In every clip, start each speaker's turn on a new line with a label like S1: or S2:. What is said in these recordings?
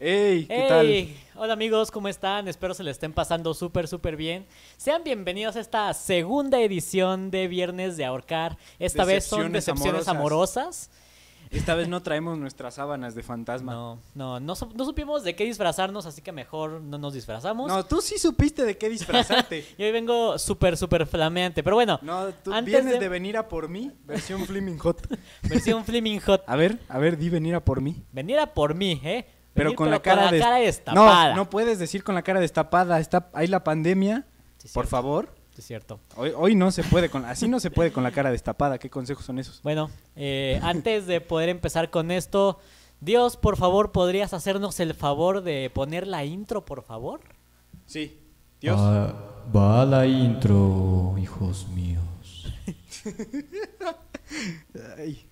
S1: ¡Hey! ¿Qué
S2: ¡Hey! Hola amigos, ¿cómo están? Espero se le estén pasando súper, súper bien. Sean bienvenidos a esta segunda edición de Viernes de Ahorcar. Esta vez son
S1: Decepciones
S2: decepciones amorosas.
S1: tal? Esta vez no traemos nuestras sábanas de fantasma. No.
S2: No, no, no, sup- no supimos de qué disfrazarnos, así que mejor no nos disfrazamos.
S1: tú sí supiste de qué disfrazarte.
S2: Y hoy vengo súper, súper flameante. Pero bueno,
S1: No, tú
S2: Antes
S1: vienes de...
S2: de-
S1: venir a por mí, versión Flaming Hot.
S2: versión Flaming Hot.
S1: A ver, a ver, di venir a por mí.
S2: Venir a por mí, ¿eh?
S1: Pero
S2: Venir,
S1: con la cara, des-
S2: destapada.
S1: No, no puedes decir con la cara destapada. Está, hay la pandemia.
S2: Sí,
S1: por
S2: cierto.
S1: favor.
S2: Es cierto.
S1: Hoy, hoy no se puede con, así no se puede con la cara destapada. ¿Qué consejos son esos?
S2: Bueno, eh, antes de poder empezar con esto, Dios, por favor, ¿podrías hacernos el favor de poner la intro, por favor?
S1: Sí. Dios.
S3: Va, va la intro, hijos míos.
S1: Ay.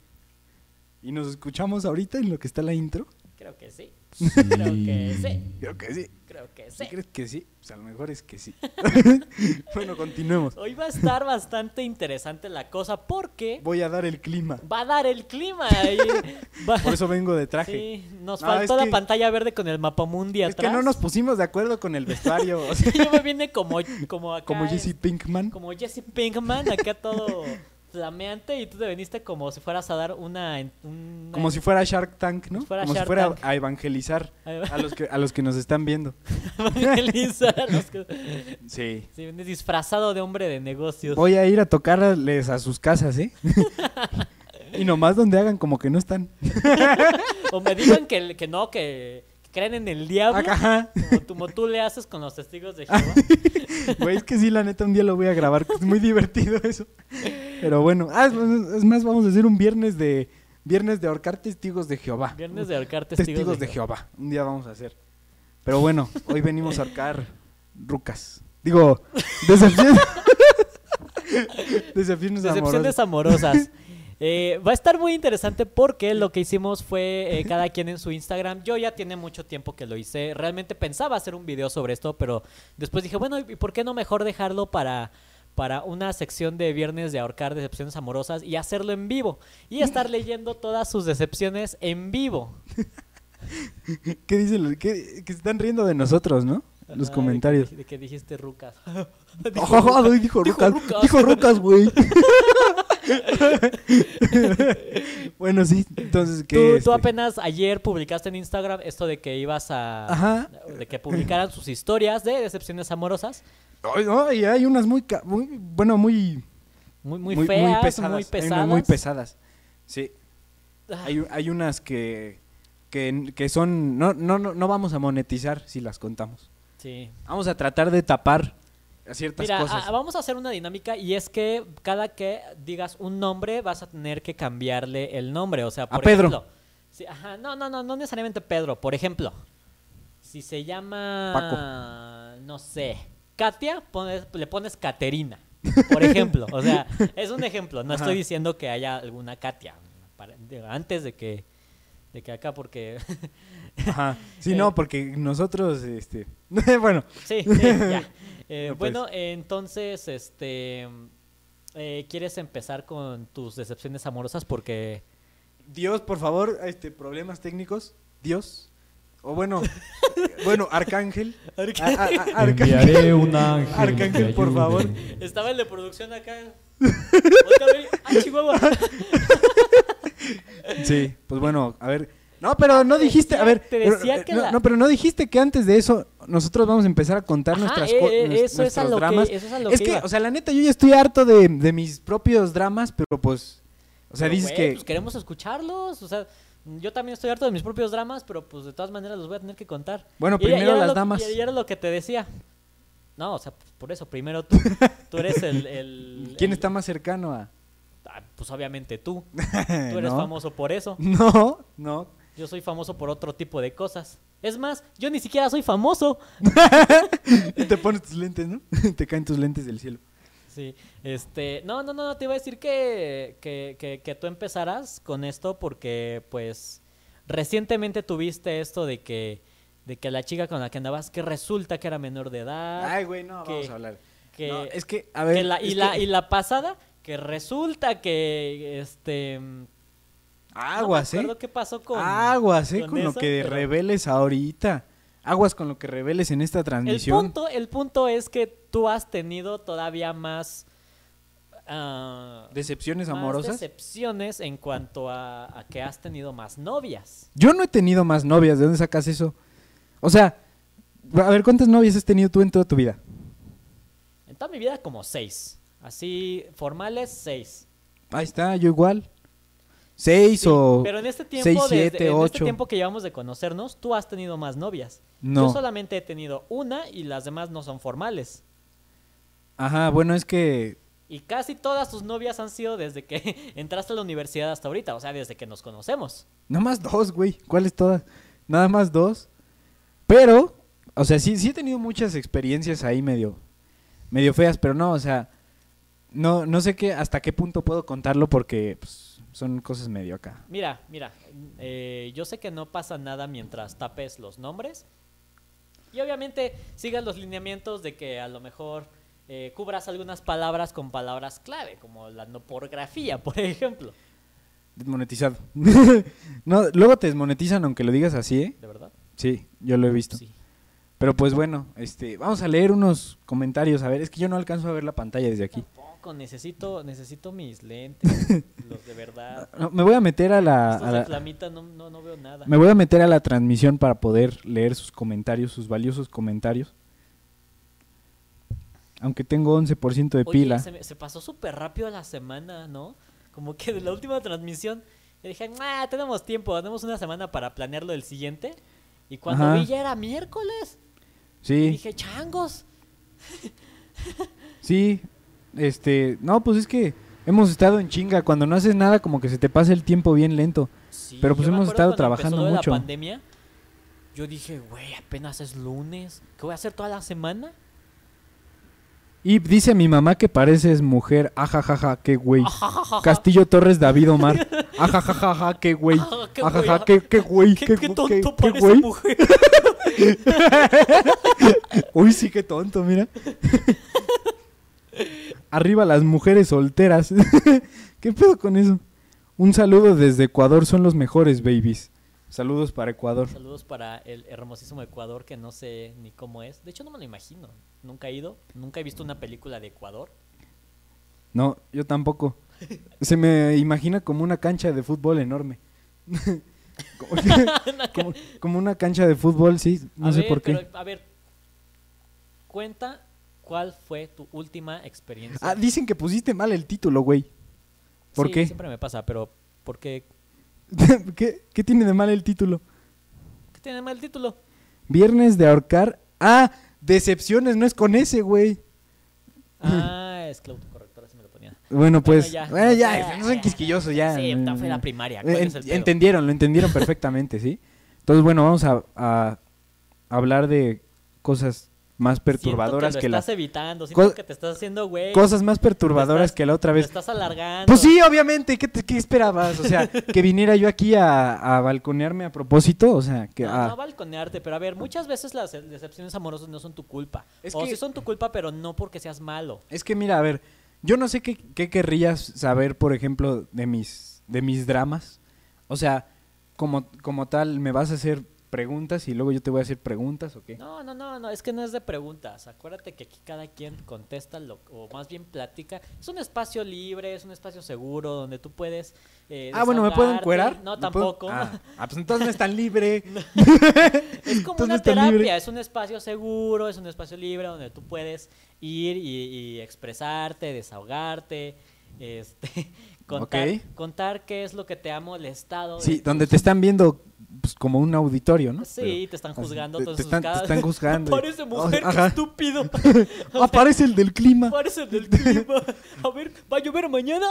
S1: Y nos escuchamos ahorita en lo que está la intro.
S2: Creo que sí.
S3: Sí.
S2: Creo que sí.
S1: Creo que sí.
S2: Creo que
S1: ¿Sí
S2: sí.
S1: crees que sí? Pues a lo mejor es que sí. bueno, continuemos.
S2: Hoy va a estar bastante interesante la cosa porque
S1: Voy a dar el clima.
S2: va a dar el clima. ahí. Va-
S1: Por eso vengo de traje.
S2: Sí, nos
S1: No,
S2: faltó
S1: es
S2: la
S1: que-
S2: pantalla verde con el mapamundi
S1: Es
S2: atrás.
S1: que no nos pusimos de acuerdo con el vestuario. o sea,
S2: Yo me vine como, como acá. este,
S1: como Jesse Pinkman.
S2: como Jesse Pinkman, acá todo flameante, y tú te viniste como si fueras a dar una. una-
S1: Como si fuera Shark Tank, ¿no?
S2: Si fuera
S1: como si
S2: Shark
S1: fuera
S2: Tank.
S1: a evangelizar a los, que, a los que nos están viendo.
S2: evangelizar a los que-
S1: Sí.
S2: Sí, vienes disfrazado de hombre de negocios.
S1: Voy a ir a tocarles a sus casas, ¿eh? y nomás donde hagan como que no están.
S2: O me digan que, que no, que, que creen en el diablo.
S1: Ajá.
S2: Como tú, como tú le haces con los testigos de Jehová.
S1: Güey, es que sí, la neta, un día lo voy a grabar. que Es muy divertido eso. Pero bueno, ah, es, es más, vamos a hacer un viernes de viernes de ahorcar testigos de Jehová.
S2: Viernes de ahorcar testigos,
S1: testigos, de, Jehová. Un día vamos a hacer. Pero bueno, hoy venimos a ahorcar rucas. Digo, decepciones. decepciones amorosas.
S2: Decepciones amorosas. Eh, va a estar muy interesante porque lo que hicimos fue eh, cada quien en su Instagram. Yo ya tiene mucho tiempo que lo hice. Realmente pensaba hacer un video sobre esto, pero después dije, bueno, ¿y por qué no mejor dejarlo para, para una sección de viernes de ahorcar decepciones amorosas y hacerlo en vivo? Y estar leyendo todas sus decepciones en vivo.
S1: ¿Qué dicen? los- qué- que se están riendo de nosotros, ¿no? Los
S2: Ajá,
S1: comentarios.
S2: De que, de que dijiste rucas.
S1: Ajá, ajá, güey, dijo, rucas, dijo rucas, güey. bueno, sí, entonces que
S2: Tú, tú
S1: este,
S2: apenas ayer publicaste en Instagram esto de que ibas a...
S1: Ajá.
S2: De que publicaran sus historias de decepciones amorosas.
S1: Ay, no, y hay unas muy, ca- muy bueno, muy
S2: Muy, muy, feas, muy pesadas. Muy
S1: hay unas
S2: pesadas.
S1: muy pesadas. Sí,
S2: Ah,
S1: hay, hay unas que que, que son no, no no no vamos a monetizar si las contamos.
S2: sí.
S1: Vamos a tratar de tapar a ciertas
S2: Mira,
S1: cosas.
S2: ah, vamos a hacer una dinámica y es que cada que digas un nombre vas a tener que cambiarle el nombre. O sea, por
S1: Pedro.
S2: ejemplo. sí, ajá, no, no, no, no necesariamente Pedro. Por ejemplo, si se llama. No sé. Katia, pones- le pones Caterina. Por ejemplo. o sea, es un ejemplo. No estoy
S1: Ajá.
S2: diciendo que haya alguna Katia. para- de- antes de que. De que acá, porque.
S1: Ajá. Sí,
S2: Eh.
S1: no, porque nosotros este bueno,
S2: Sí, sí, ya. Eh,
S1: No, pues.
S2: bueno, eh, entonces, este, eh, ¿quieres empezar con tus decepciones amorosas? Porque
S1: Dios, por favor, este, problemas técnicos, Dios. O bueno, bueno, Arcángel. A- a- a- Arcángel,
S3: Enviaré un ángel.
S1: Arcángel,
S3: que
S1: por
S3: ayude.
S1: favor.
S2: estaba el de producción acá. Voltea a ver, ¡Ah, Chihuahua!
S1: Sí, pues bueno, a ver. No, pero no
S2: Te
S1: dijiste, a
S2: decía-
S1: ver.
S2: te
S1: pero,
S2: decía
S1: eh,
S2: que
S1: no,
S2: la-
S1: no, pero no dijiste que antes de eso nosotros vamos a empezar a contar
S2: Ajá,
S1: nuestras
S2: eh,
S1: cosas.
S2: eh, eso es a lo que-
S1: dramas.
S2: eso es a lo que
S1: que,
S2: iba.
S1: o sea, la neta, yo ya estoy harto de, de mis propios dramas, pero pues. O sea,
S2: Pero,
S1: dices
S2: güey,
S1: que.
S2: pues, queremos escucharlos, o sea... Yo también estoy harto de mis propios dramas, pero pues de todas maneras los voy a tener que contar.
S1: Bueno,
S2: Y era- y
S1: primero
S2: era
S1: las
S2: lo-
S1: damas.
S2: Y era lo que te decía. No, o sea, pues, por eso, primero tú. Tú eres el... el-
S1: ¿Quién
S2: el-
S1: está más cercano a.?
S2: Ah, pues obviamente tú. Tú eres
S1: ¿No?
S2: famoso por eso.
S1: No, no.
S2: Yo soy famoso por otro tipo de cosas. Es más, yo ni siquiera soy famoso.
S1: Y te pones tus lentes, ¿no? te caen tus lentes del cielo.
S2: Sí, este, no, no, no, no, te iba a decir que, que, que- que tú empezaras con esto porque, pues, recientemente tuviste esto de que, de que la chica con la que andabas, que resulta que era menor de edad.
S1: Ay, güey, no,
S2: Ah, que-
S1: vamos a hablar.
S2: que-
S1: No, es que, a
S2: que
S1: ver.
S2: la- y,
S1: es
S2: la,
S1: que-
S2: y la pasada, que resulta que, este,
S1: Aguas,
S2: no me
S1: ¿eh?
S2: acuerdo qué pasó con.
S1: Aguas, ¿eh? Con, lo
S2: eso,
S1: que
S2: pero
S1: reveles ahorita. Aguas con lo que reveles en esta
S2: El
S1: transmisión.
S2: punto, el punto es que tú has tenido todavía más. ah,
S1: Decepciones
S2: más
S1: amorosas.
S2: decepciones en cuanto a, a que has tenido más novias.
S1: Yo no he tenido más novias. ¿De dónde sacas eso? O sea, a ver, ¿cuántas novias has tenido tú en toda tu vida?
S2: En toda mi vida, como seis. Así, formales, seis.
S1: Ahí está, yo igual. Seis
S2: Sí,
S1: o...
S2: pero en este tiempo,
S1: seis,
S2: desde-
S1: siete,
S2: en
S1: ocho.
S2: este tiempo que llevamos de conocernos, tú has tenido más novias.
S1: No.
S2: Yo solamente he tenido una y las demás no son formales.
S1: Ajá, bueno, es que...
S2: Y casi todas tus novias han sido desde que entraste a la universidad hasta ahorita, o sea, desde que nos conocemos.
S1: Nada más dos, güey. ¿Cuáles todas? Nada más dos. Pero, o sea, sí, sí he tenido muchas experiencias ahí medio, medio feas, pero no, o sea, no, no sé qué, hasta qué punto puedo contarlo porque pues, son cosas medio acá.
S2: Mira, mira, eh, yo sé que no pasa nada mientras tapes los nombres. Y obviamente sigas los lineamientos de que a lo mejor eh, cubras algunas palabras con palabras clave, como la no porgrafía, por ejemplo.
S1: Desmonetizado. no, luego te desmonetizan aunque lo digas así, ¿eh?
S2: ¿De verdad?
S1: Sí, yo lo he visto.
S2: Sí.
S1: Pero pues bueno, este, vamos a leer unos comentarios. A ver, es que yo no alcanzo a ver la pantalla desde aquí.
S2: Tampoco, necesito, necesito mis lentes, los de verdad.
S1: No, me voy a meter a la-
S2: Estos
S1: a
S2: de
S1: la,
S2: flamita no, no, no veo nada.
S1: Me voy a meter a la transmisión para poder leer sus comentarios, sus valiosos comentarios. Aunque tengo 11% de
S2: Oye,
S1: pila.
S2: Se, me- se pasó súper rápido la semana, ¿no? Como que de la última transmisión le dije, ah, tenemos tiempo, tenemos una semana para planearlo del siguiente. Y cuando
S1: Ajá.
S2: vi ya era miércoles,
S1: Sí,
S2: dije, changos.
S1: sí. Este, no, pues es que hemos estado en chinga. Cuando no haces nada, como que se te pasa el tiempo bien lento.
S2: Sí,
S1: Pero, pues,
S2: yo me
S1: hemos
S2: acuerdo
S1: estado
S2: cuando empezó
S1: trabajando
S2: lo de
S1: mucho.
S2: la pandemia, yo dije, güey, apenas es lunes, ¿qué voy a hacer toda la semana?
S1: Y dice mi mamá que pareces mujer. Ajajaja, qué güey.
S2: Ajajaja.
S1: Castillo Torres David Omar. Ajajajaja, qué güey.
S2: Ah, qué güey,
S1: Ajaja,
S2: ah.
S1: qué qué güey.
S2: ¿Qué,
S1: Qué
S2: qué
S1: gu-
S2: tonto
S1: qué- qué
S2: parece
S1: güey.
S2: mujer.
S1: Uy, sí, qué tonto, mira. Arriba las mujeres solteras. ¿Qué pedo con eso? Un saludo desde Ecuador, son los mejores babies. Saludos para Ecuador.
S2: Saludos para el hermosísimo Ecuador, que no sé ni cómo es. De hecho, no me lo imagino. Nunca he ido, nunca he visto una película de Ecuador.
S1: No, yo tampoco. Se me imagina como una cancha de fútbol enorme. como, como- como una cancha de fútbol, sí. No
S2: a
S1: sé
S2: ver,
S1: por qué.
S2: pero, a ver, cuenta cuál fue tu última experiencia.
S1: Ah, dicen que pusiste mal el título, güey. ¿Por
S2: Sí,
S1: qué?
S2: Siempre me pasa, pero ¿por qué?
S1: qué? ¿Qué tiene de mal el título?
S2: ¿Qué tiene mal el título?
S1: Viernes de ahorcar. Ah, decepciones, no es con ese, güey.
S2: Ah, es que la autocorrectora se me lo ponía.
S1: Bueno, pues.
S2: ya.
S1: Bueno,
S2: Ah,
S1: ya, no soy quisquilloso, ya.
S2: Sí, esta fue la
S1: Mm,
S2: primaria. ¿cuál
S1: en-
S2: es el pedo?
S1: entendieron, lo entendieron perfectamente, ¿sí? Entonces, bueno, vamos a, a hablar de cosas más perturbadoras
S2: siento
S1: que,
S2: que, lo
S1: las.
S2: estás evitando, siento
S1: Co-
S2: que te estás haciendo güey.
S1: Cosas más perturbadoras
S2: estás-
S1: que la otra
S2: Lo
S1: vez.
S2: estás alargando.
S1: Pues sí, obviamente, ¿qué, te- qué esperabas? O sea, que viniera yo aquí a, a balconearme a propósito, o sea, que.
S2: no,
S1: ah,
S2: no balconearte, pero a ver, muchas veces las decepciones amorosas no son tu culpa.
S1: Es
S2: o
S1: que-
S2: sí son tu culpa, pero no porque seas malo.
S1: Es que mira, a ver, yo no sé qué, qué querrías saber, por ejemplo, de mis, de mis dramas. O sea, como, como tal, ¿me vas a hacer preguntas y luego yo te voy a hacer preguntas o qué?
S2: No, no, no, no, es que no es de preguntas. Acuérdate que aquí cada quien contesta, lo, o más bien platica. Es un espacio libre, es un espacio seguro donde tú puedes. eh,
S1: ah, bueno, ¿me puedo
S2: desahogarte.
S1: encuerar?
S2: No,
S1: ¿Me puedo-
S2: tampoco.
S1: Ah, ah, pues entonces no es tan libre.
S2: Es como
S1: Entonces
S2: una
S1: está
S2: terapia,
S1: libre.
S2: es un espacio seguro, es un espacio libre donde tú puedes ir y, y expresarte, desahogarte, este, contar,
S1: Ok.
S2: contar qué es lo que te ha molestado. de
S1: Sí,
S2: tus-
S1: donde te están viendo pues, como un auditorio, ¿no?
S2: Sí,
S1: Pero-
S2: te están
S1: así,
S2: juzgando.
S1: te- te
S2: entonces
S1: están- te
S2: cada-
S1: están juzgando. Oh,
S2: Parece mujer, qué
S1: Ajá.
S2: estúpido.
S1: Aparece el del clima.
S2: Parece del clima. A ver, ¿va a llover mañana?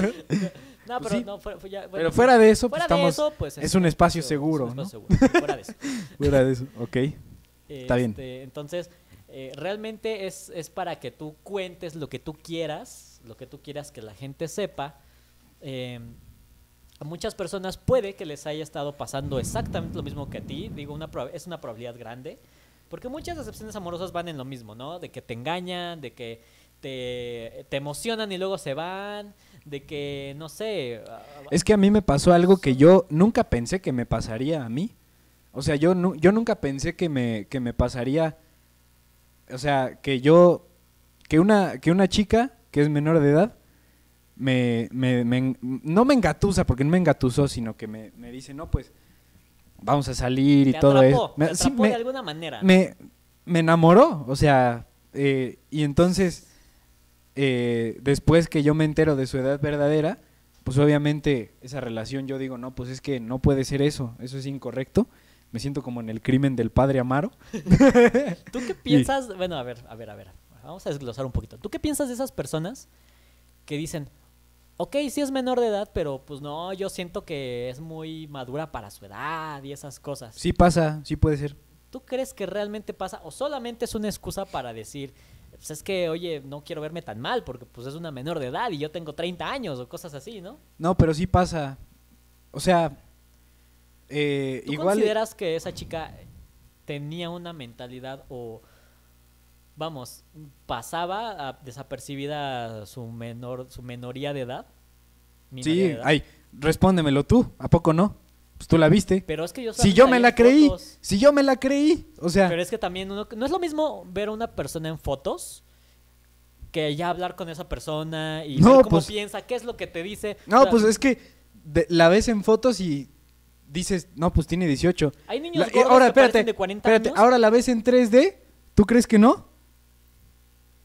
S2: no,
S1: Pues
S2: pero
S1: sí.
S2: no, fuera, fue ya- bueno,
S1: Pero
S2: sí.
S1: fuera de eso, pues
S2: Fuera de
S1: estamos...
S2: eso, pues,
S1: es un espacio seguro,
S2: es un
S1: ¿no?
S2: espacio seguro, fuera de eso.
S1: Fuera de eso, ok. Está bien.
S2: Este, Entonces, eh, realmente es, es para que tú cuentes lo que tú quieras, lo que tú quieras que la gente sepa. Eh, a muchas personas puede que les haya estado pasando exactamente lo mismo que a ti. Digo, una proba- es una probabilidad grande. Porque muchas decepciones amorosas van en lo mismo, ¿no? De que te engañan, de que te, te emocionan y luego se van, de que, no sé, ah,
S1: Es que a mí me pasó algo que yo nunca pensé que me pasaría a mí. O sea, yo, nu- yo nunca pensé que me, que me pasaría. O sea, que yo. Que una, que una chica que es menor de edad. Me, me- me en- no me engatusa, porque no me engatusó, sino que me, me dice, no, pues. Vamos a salir y
S2: te
S1: todo
S2: atrapó,
S1: eso.
S2: te
S1: Me- sí,
S2: atrapó
S1: me-
S2: de alguna manera.
S1: me, me enamoró, o sea, eh, y entonces, eh, después que yo me entero de su edad verdadera, pues obviamente esa relación yo digo, no, pues es que no puede ser eso, eso es incorrecto, me siento como en el crimen del padre Amaro.
S2: ¿Tú qué piensas? Bueno, a ver, a ver, a ver. Vamos a desglosar un poquito. ¿Tú qué piensas de esas personas que dicen, ok, sí es menor de edad, pero pues no, yo siento que es muy madura para su edad y esas cosas?
S1: Sí pasa, sí puede ser.
S2: ¿Tú crees que realmente pasa o solamente es una excusa para decir, pues es que, oye, no quiero verme tan mal porque pues es una menor de edad y yo tengo 30 años o cosas así, ¿no?
S1: No, pero sí pasa, o sea, eh,
S2: ¿Tú
S1: igual...
S2: consideras que esa chica tenía una mentalidad o, vamos, pasaba a- desapercibida su menor su menoría de edad? Minoría de
S1: Sí,
S2: edad.
S1: ay, respóndemelo tú, ¿a poco no? Pues tú la viste.
S2: Pero es que yo
S1: Si yo
S2: solamente
S1: me
S2: vi
S1: la creí,
S2: fotos.
S1: si yo me la creí, o sea...
S2: Pero es que también uno, no es lo mismo ver a una persona en fotos que ya hablar con esa persona y
S1: No,
S2: ver cómo
S1: pues-
S2: piensa, qué es lo que te dice. O
S1: No,
S2: sea,
S1: pues es que de- la ves en fotos y dices, no, pues tiene 18.
S2: Hay
S1: La-
S2: niños
S1: eh,
S2: gordos que parecen de 40
S1: espérate,
S2: años.
S1: ahora la ves en 3D, ¿tú crees que no?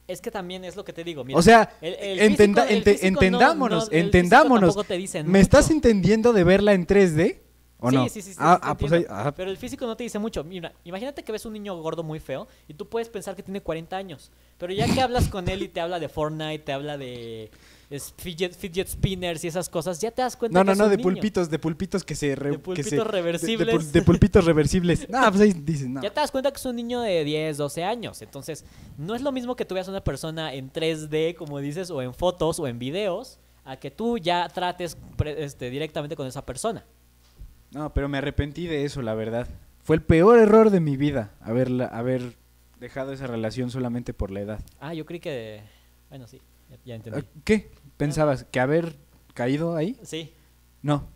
S2: es que también es lo que te digo. mira,
S1: o sea,
S2: el- el
S1: entenda-
S2: físico- el
S1: ente-
S2: físico no-
S1: entendámonos,
S2: no- el físico
S1: entendámonos.
S2: tampoco te dicen
S1: ¿Me estás
S2: mucho.
S1: entendiendo de verla en 3D o
S2: sí,
S1: no?
S2: Sí, sí, sí.
S1: Ah,
S2: sí, te
S1: ah, pues
S2: entiendo.
S1: ahí- ah,
S2: Pero el físico no te dice mucho. Mira, imagínate que ves un niño gordo muy feo y tú puedes pensar que tiene 40 años. Pero ya que hablas con él y te habla de Fortnite, te habla de es- fidget, fidget spinners y esas cosas, ya te das cuenta
S1: No,
S2: que
S1: no,
S2: es
S1: no,
S2: un
S1: de
S2: niño.
S1: pulpitos, de pulpitos que se... re-
S2: De
S1: que
S2: pulpitos
S1: se- de- de pul-
S2: reversibles.
S1: De, pulpitos reversibles. No, pues ahí dices, no.
S2: Ya te das cuenta que es un niño de 10, 12 años. Entonces, no es lo mismo que tú veas a una persona en 3D, como dices, o en fotos o en videos, a que tú ya trates pre- este, directamente con esa persona.
S1: No, pero me arrepentí de eso, la verdad. Fue el peor error de mi vida, haberla, haber dejado esa relación solamente por la edad.
S2: Ah, yo creí que... Bueno, sí, ya- ya entendí.
S1: Ah, ¿Qué? ¿Pensabas que haber caído ahí?
S2: Sí,
S1: No.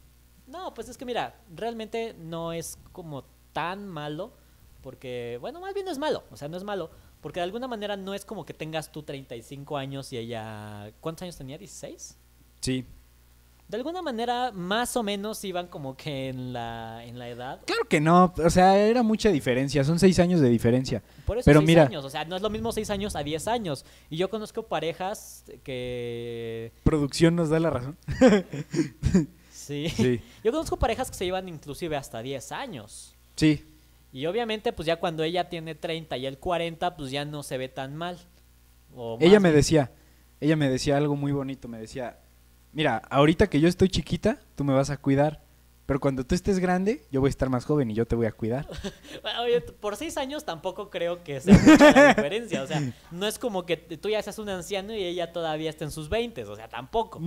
S2: No, pues es que mira, realmente no es como tan malo, porque, bueno, más bien no es malo, o sea, no es malo, porque de alguna manera no es como que tengas tú 35 años y ella, ¿cuántos años tenía? ¿16?
S1: Sí.
S2: De alguna manera, más o menos iban como que en la, en la edad.
S1: Claro que no. O sea, era mucha diferencia. Son seis años de diferencia.
S2: Por eso
S1: Pero
S2: seis
S1: mira-
S2: años, o sea, no es lo mismo 6 años a 10 años. Y yo conozco parejas que...
S1: Producción nos da la razón.
S2: Sí.
S1: Sí.
S2: Yo conozco parejas que se llevan inclusive hasta 10 años.
S1: Sí.
S2: Y obviamente, pues ya cuando ella tiene 30 y él 40, pues ya no se ve tan mal. O
S1: Ella
S2: más
S1: me
S2: bien.
S1: decía, ella me decía algo muy bonito. Me decía, mira, ahorita que yo estoy chiquita, tú me vas a cuidar. Pero cuando tú estés grande, yo voy a estar más joven y yo te voy a cuidar.
S2: Bueno, oye, t- por 6 años tampoco creo que sea mucha la diferencia. O sea, no es como que t- tú ya seas un anciano y ella todavía está en sus 20. O sea, tampoco.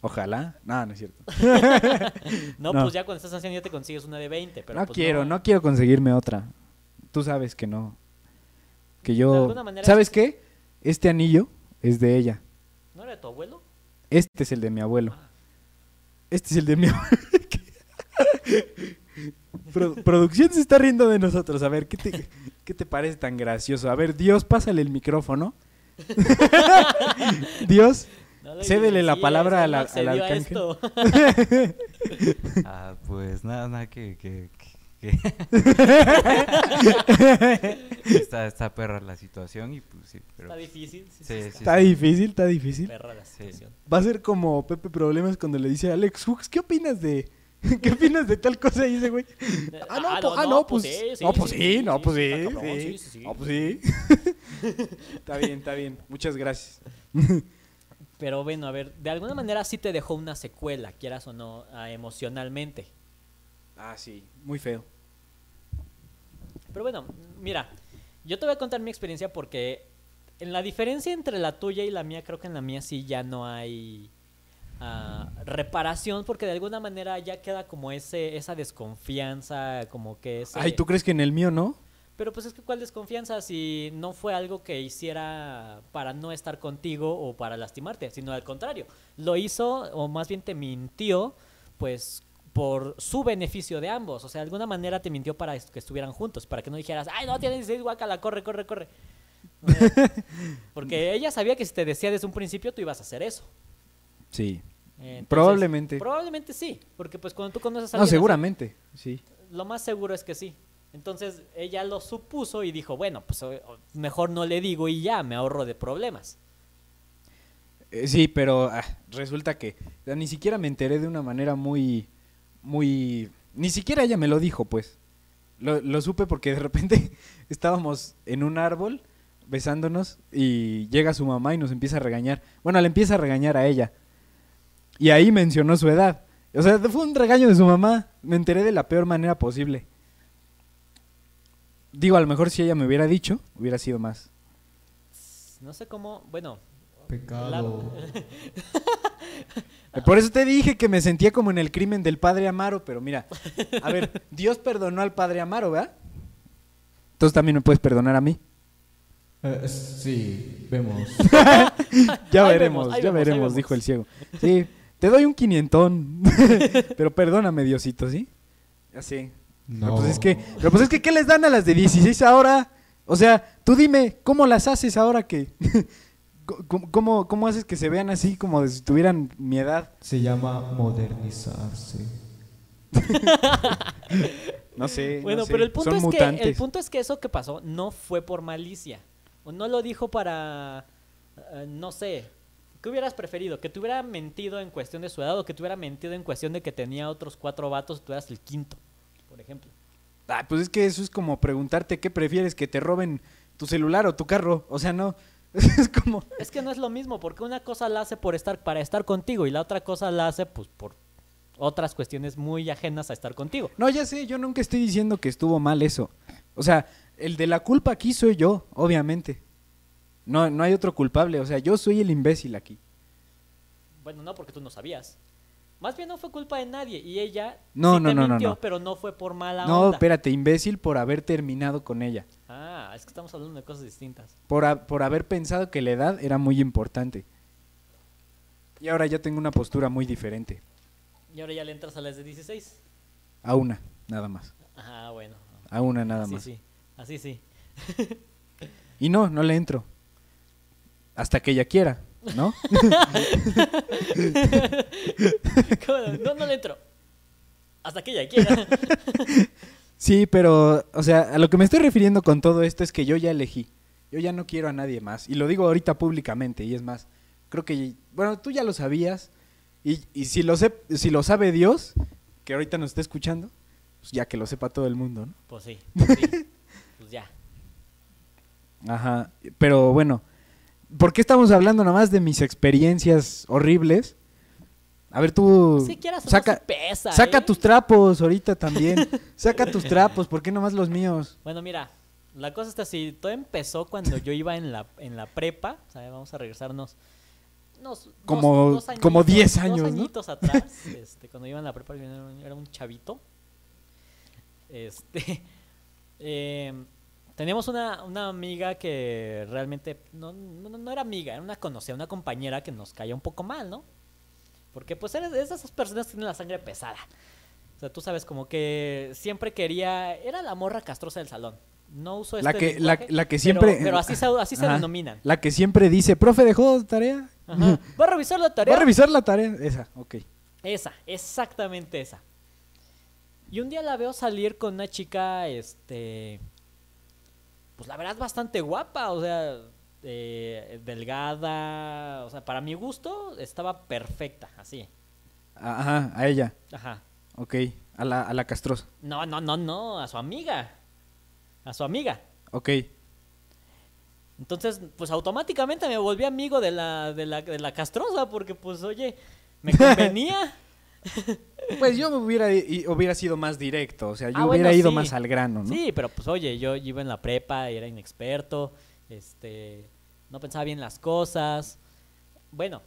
S1: Ojalá. No, no es cierto.
S2: No,
S1: No.
S2: pues ya cuando estás anciano ya te consigues una de 20. Pero
S1: no
S2: pues
S1: quiero, no. quiero conseguirme otra. Tú sabes que no. Que
S2: De
S1: yo...
S2: alguna manera
S1: ¿Sabes qué? Este anillo es de ella.
S2: ¿No era tu abuelo?
S1: Este es el de mi abuelo. Este es el de mi abuelo. Pro- producción se está riendo de nosotros. A ver, ¿qué te, qué te parece tan gracioso? A ver, Dios, pásale el micrófono. Dios,
S2: No le
S1: Cédele la
S2: evidencies,
S1: palabra
S2: él
S1: a la-
S2: no accedió
S1: al
S2: a
S1: arcángel.
S2: esto.
S4: Ah, pues nada, nada, que... que, que- que- está, está perra la situación y pues sí, pero...
S2: Está difícil. Sí, sí,
S4: Sí,
S2: está
S4: sí.
S1: está difícil, está difícil.
S2: perra la
S4: Sí.
S2: situación.
S1: Va a ser como Pepe Problemas cuando le dice a Alex Hooks, ¿qué opinas de... ¿Qué opinas de tal cosa? Y ese güey. Ah, no, po- ah, no, pues. No, pues sí, no, pues sí.
S2: está cabrón,
S1: sí.
S2: sí, sí, sí.
S1: No, pues sí. Está bien, está bien. Muchas gracias.
S2: Pero bueno, a ver, de alguna manera sí te dejó una secuela, quieras o no, ah, emocionalmente.
S1: Ah, sí, muy feo.
S2: Pero bueno, mira, yo te voy a contar mi experiencia porque en la diferencia entre la tuya y la mía, creo que en la mía sí ya no hay ah, reparación, porque de alguna manera ya queda como ese esa desconfianza, como que ese...
S1: Ay, ¿tú crees que en el mío no?
S2: Pero pues es que cuál desconfianza si no fue algo que hiciera para no estar contigo o para lastimarte, sino al contrario, lo hizo o más bien te mintió pues por su beneficio de ambos, o sea, de alguna manera te mintió para que estuvieran juntos, para que no dijeras, ay, no, tienes 16, guacala, corre, corre, corre. O sea, Porque ella sabía que si te decía desde un principio tú ibas a hacer eso.
S1: Sí.
S2: Entonces,
S1: Probablemente.
S2: Probablemente sí, porque pues cuando tú conoces a
S1: No,
S2: alguien así,
S1: seguramente. Sí.
S2: lo más seguro es que sí. Entonces ella lo supuso y dijo, bueno, pues o- o mejor no le digo y ya, me ahorro de problemas.
S1: Eh, sí, pero ah, resulta que ni siquiera me enteré de una manera muy, muy... Ni siquiera ella me lo dijo, pues. Lo, lo supe porque de repente estábamos en un árbol besándonos y llega su mamá y nos empieza a regañar. Bueno, le empieza a regañar a ella. Y ahí mencionó su edad. O sea, fue un regaño de su mamá. Me enteré de la peor manera posible. Digo, a lo mejor si ella me hubiera dicho, hubiera sido más.
S2: No sé cómo, bueno,
S3: Pecado.
S1: Eh, Por eso te dije que me sentía como en el crimen del padre Amaro, pero mira, a ver, Dios perdonó al padre Amaro, ¿verdad? Entonces también me puedes perdonar a mí.
S3: Eh, sí, vemos.
S1: Ya
S2: Ahí
S1: veremos,
S2: vemos, ahí
S1: ya
S2: vemos, ahí
S1: veremos,
S2: vemos.
S1: dijo el ciego. Sí, te doy un quinientón, pero perdóname, Diosito, ¿sí? Así. Pero,
S3: No.
S1: pues es que, pero pues es que, ¿qué les dan a las de 16 ahora? O sea, tú dime, ¿cómo las haces ahora que... ¿Cómo, cómo, cómo haces que se vean así como de si tuvieran mi edad?
S3: Se llama modernizarse.
S1: No sé. Eh, no
S2: bueno,
S1: sé,
S2: pero el punto,
S1: son
S2: es que, el
S1: mutantes.
S2: punto es que eso que pasó no fue por malicia. O no lo dijo para, eh, no sé, ¿qué hubieras preferido? ¿Que te hubiera mentido en cuestión de su edad o que te hubiera mentido en cuestión de que tenía otros cuatro vatos y tú eras el quinto, por ejemplo?
S1: Ah, pues es que eso es como preguntarte qué prefieres, que te roben tu celular o tu carro. O sea, no. Es como.
S2: Es que no es lo mismo, porque una cosa la hace por estar, para estar contigo, y la otra cosa la hace, pues, por otras cuestiones muy ajenas a estar contigo.
S1: No, ya sé, yo nunca estoy diciendo que estuvo mal eso. O sea, el de la culpa aquí soy yo, obviamente. No, no hay otro culpable. O sea, yo soy el imbécil aquí.
S2: Bueno, no, porque tú no sabías. Más bien no fue culpa de nadie, y ella
S1: No,
S2: sí
S1: no,
S2: te
S1: no, no,
S2: mintió,
S1: no.
S2: pero no fue por mala
S1: No,
S2: onda.
S1: espérate, imbécil por haber terminado con ella.
S2: Ah, es que estamos hablando de cosas distintas.
S1: Por, ha- por haber pensado que la edad era muy importante. Y ahora ya tengo una postura muy diferente.
S2: Y ahora ya le entras a las de 16.
S1: A una, nada más.
S2: Ah, bueno.
S1: A una, nada
S2: así
S1: más.
S2: sí, así sí.
S1: Y no, no le entro. Hasta que ella quiera, ¿no?
S2: ¿Cómo no? no, no le entro. Hasta que ella quiera.
S1: sí, pero, o sea, a lo que me estoy refiriendo con todo esto es que yo ya elegí. Yo ya no quiero a nadie más. Y lo digo ahorita públicamente, y es más, creo que, bueno, tú ya lo sabías. Y, y si, lo sé, si lo sabe Dios, que ahorita nos está escuchando, pues ya que lo sepa todo el mundo, ¿no?
S2: Pues sí, pues sí. Pues ya.
S1: Ajá, pero bueno, ¿por qué estamos hablando nada más de mis experiencias horribles? A ver, tú
S2: Si quieras, o no,
S1: saca,
S2: Pues sí pesa,
S1: saca
S2: ¿eh?
S1: tus trapos ahorita también. saca tus trapos, ¿por qué nomás los míos?
S2: Bueno, mira, la cosa está así. Todo empezó cuando yo iba en la, en la prepa. o sea, Vamos a regresarnos. unos- dos-
S1: Como-
S2: dos añitos-
S1: como 10 años,
S2: Dos
S1: ¿no?
S2: añitos atrás, este, cuando iba en la prepa, yo era un- era un chavito. Este. eh, teníamos una, una amiga que realmente no, no, no era amiga, era una conocida, una compañera que nos caía un poco mal, ¿no? Porque pues eres es de esas personas que tienen la sangre pesada. O sea, tú sabes, como que siempre quería... Era la morra castrosa del salón. No uso
S1: La
S2: este
S1: que, la,
S2: lenguaje,
S1: la que
S2: pero-
S1: siempre...
S2: Pero, así, se, así se
S1: Ajá.
S2: denominan.
S1: La que siempre dice, profe, ¿dejó tarea?
S2: Ajá. ¿Va a revisar la
S1: ¿Va
S2: tarea?
S1: a revisar la tarea? Esa, ok.
S2: Esa, exactamente esa. Y un día la veo salir con una chica, este. Pues la verdad, bastante guapa, o sea, eh, delgada. O sea, para mi gusto, estaba perfecta, así.
S1: Ajá, a ella,
S2: Ajá.
S1: ok. A la, a la castrosa,
S2: No, no, no, no, a su amiga. A su amiga.
S1: ok.
S2: Entonces, pues automáticamente me volví amigo de la, de la, de la castrosa, porque, pues, oye, me convenía.
S1: Pues yo me hubiera, i- hubiera sido más directo, o sea, yo
S2: Ah,
S1: hubiera
S2: bueno,
S1: ido
S2: sí.
S1: más al grano, ¿no?
S2: Sí, pero pues oye, yo iba en la prepa, era inexperto, este, no pensaba bien las cosas. Bueno,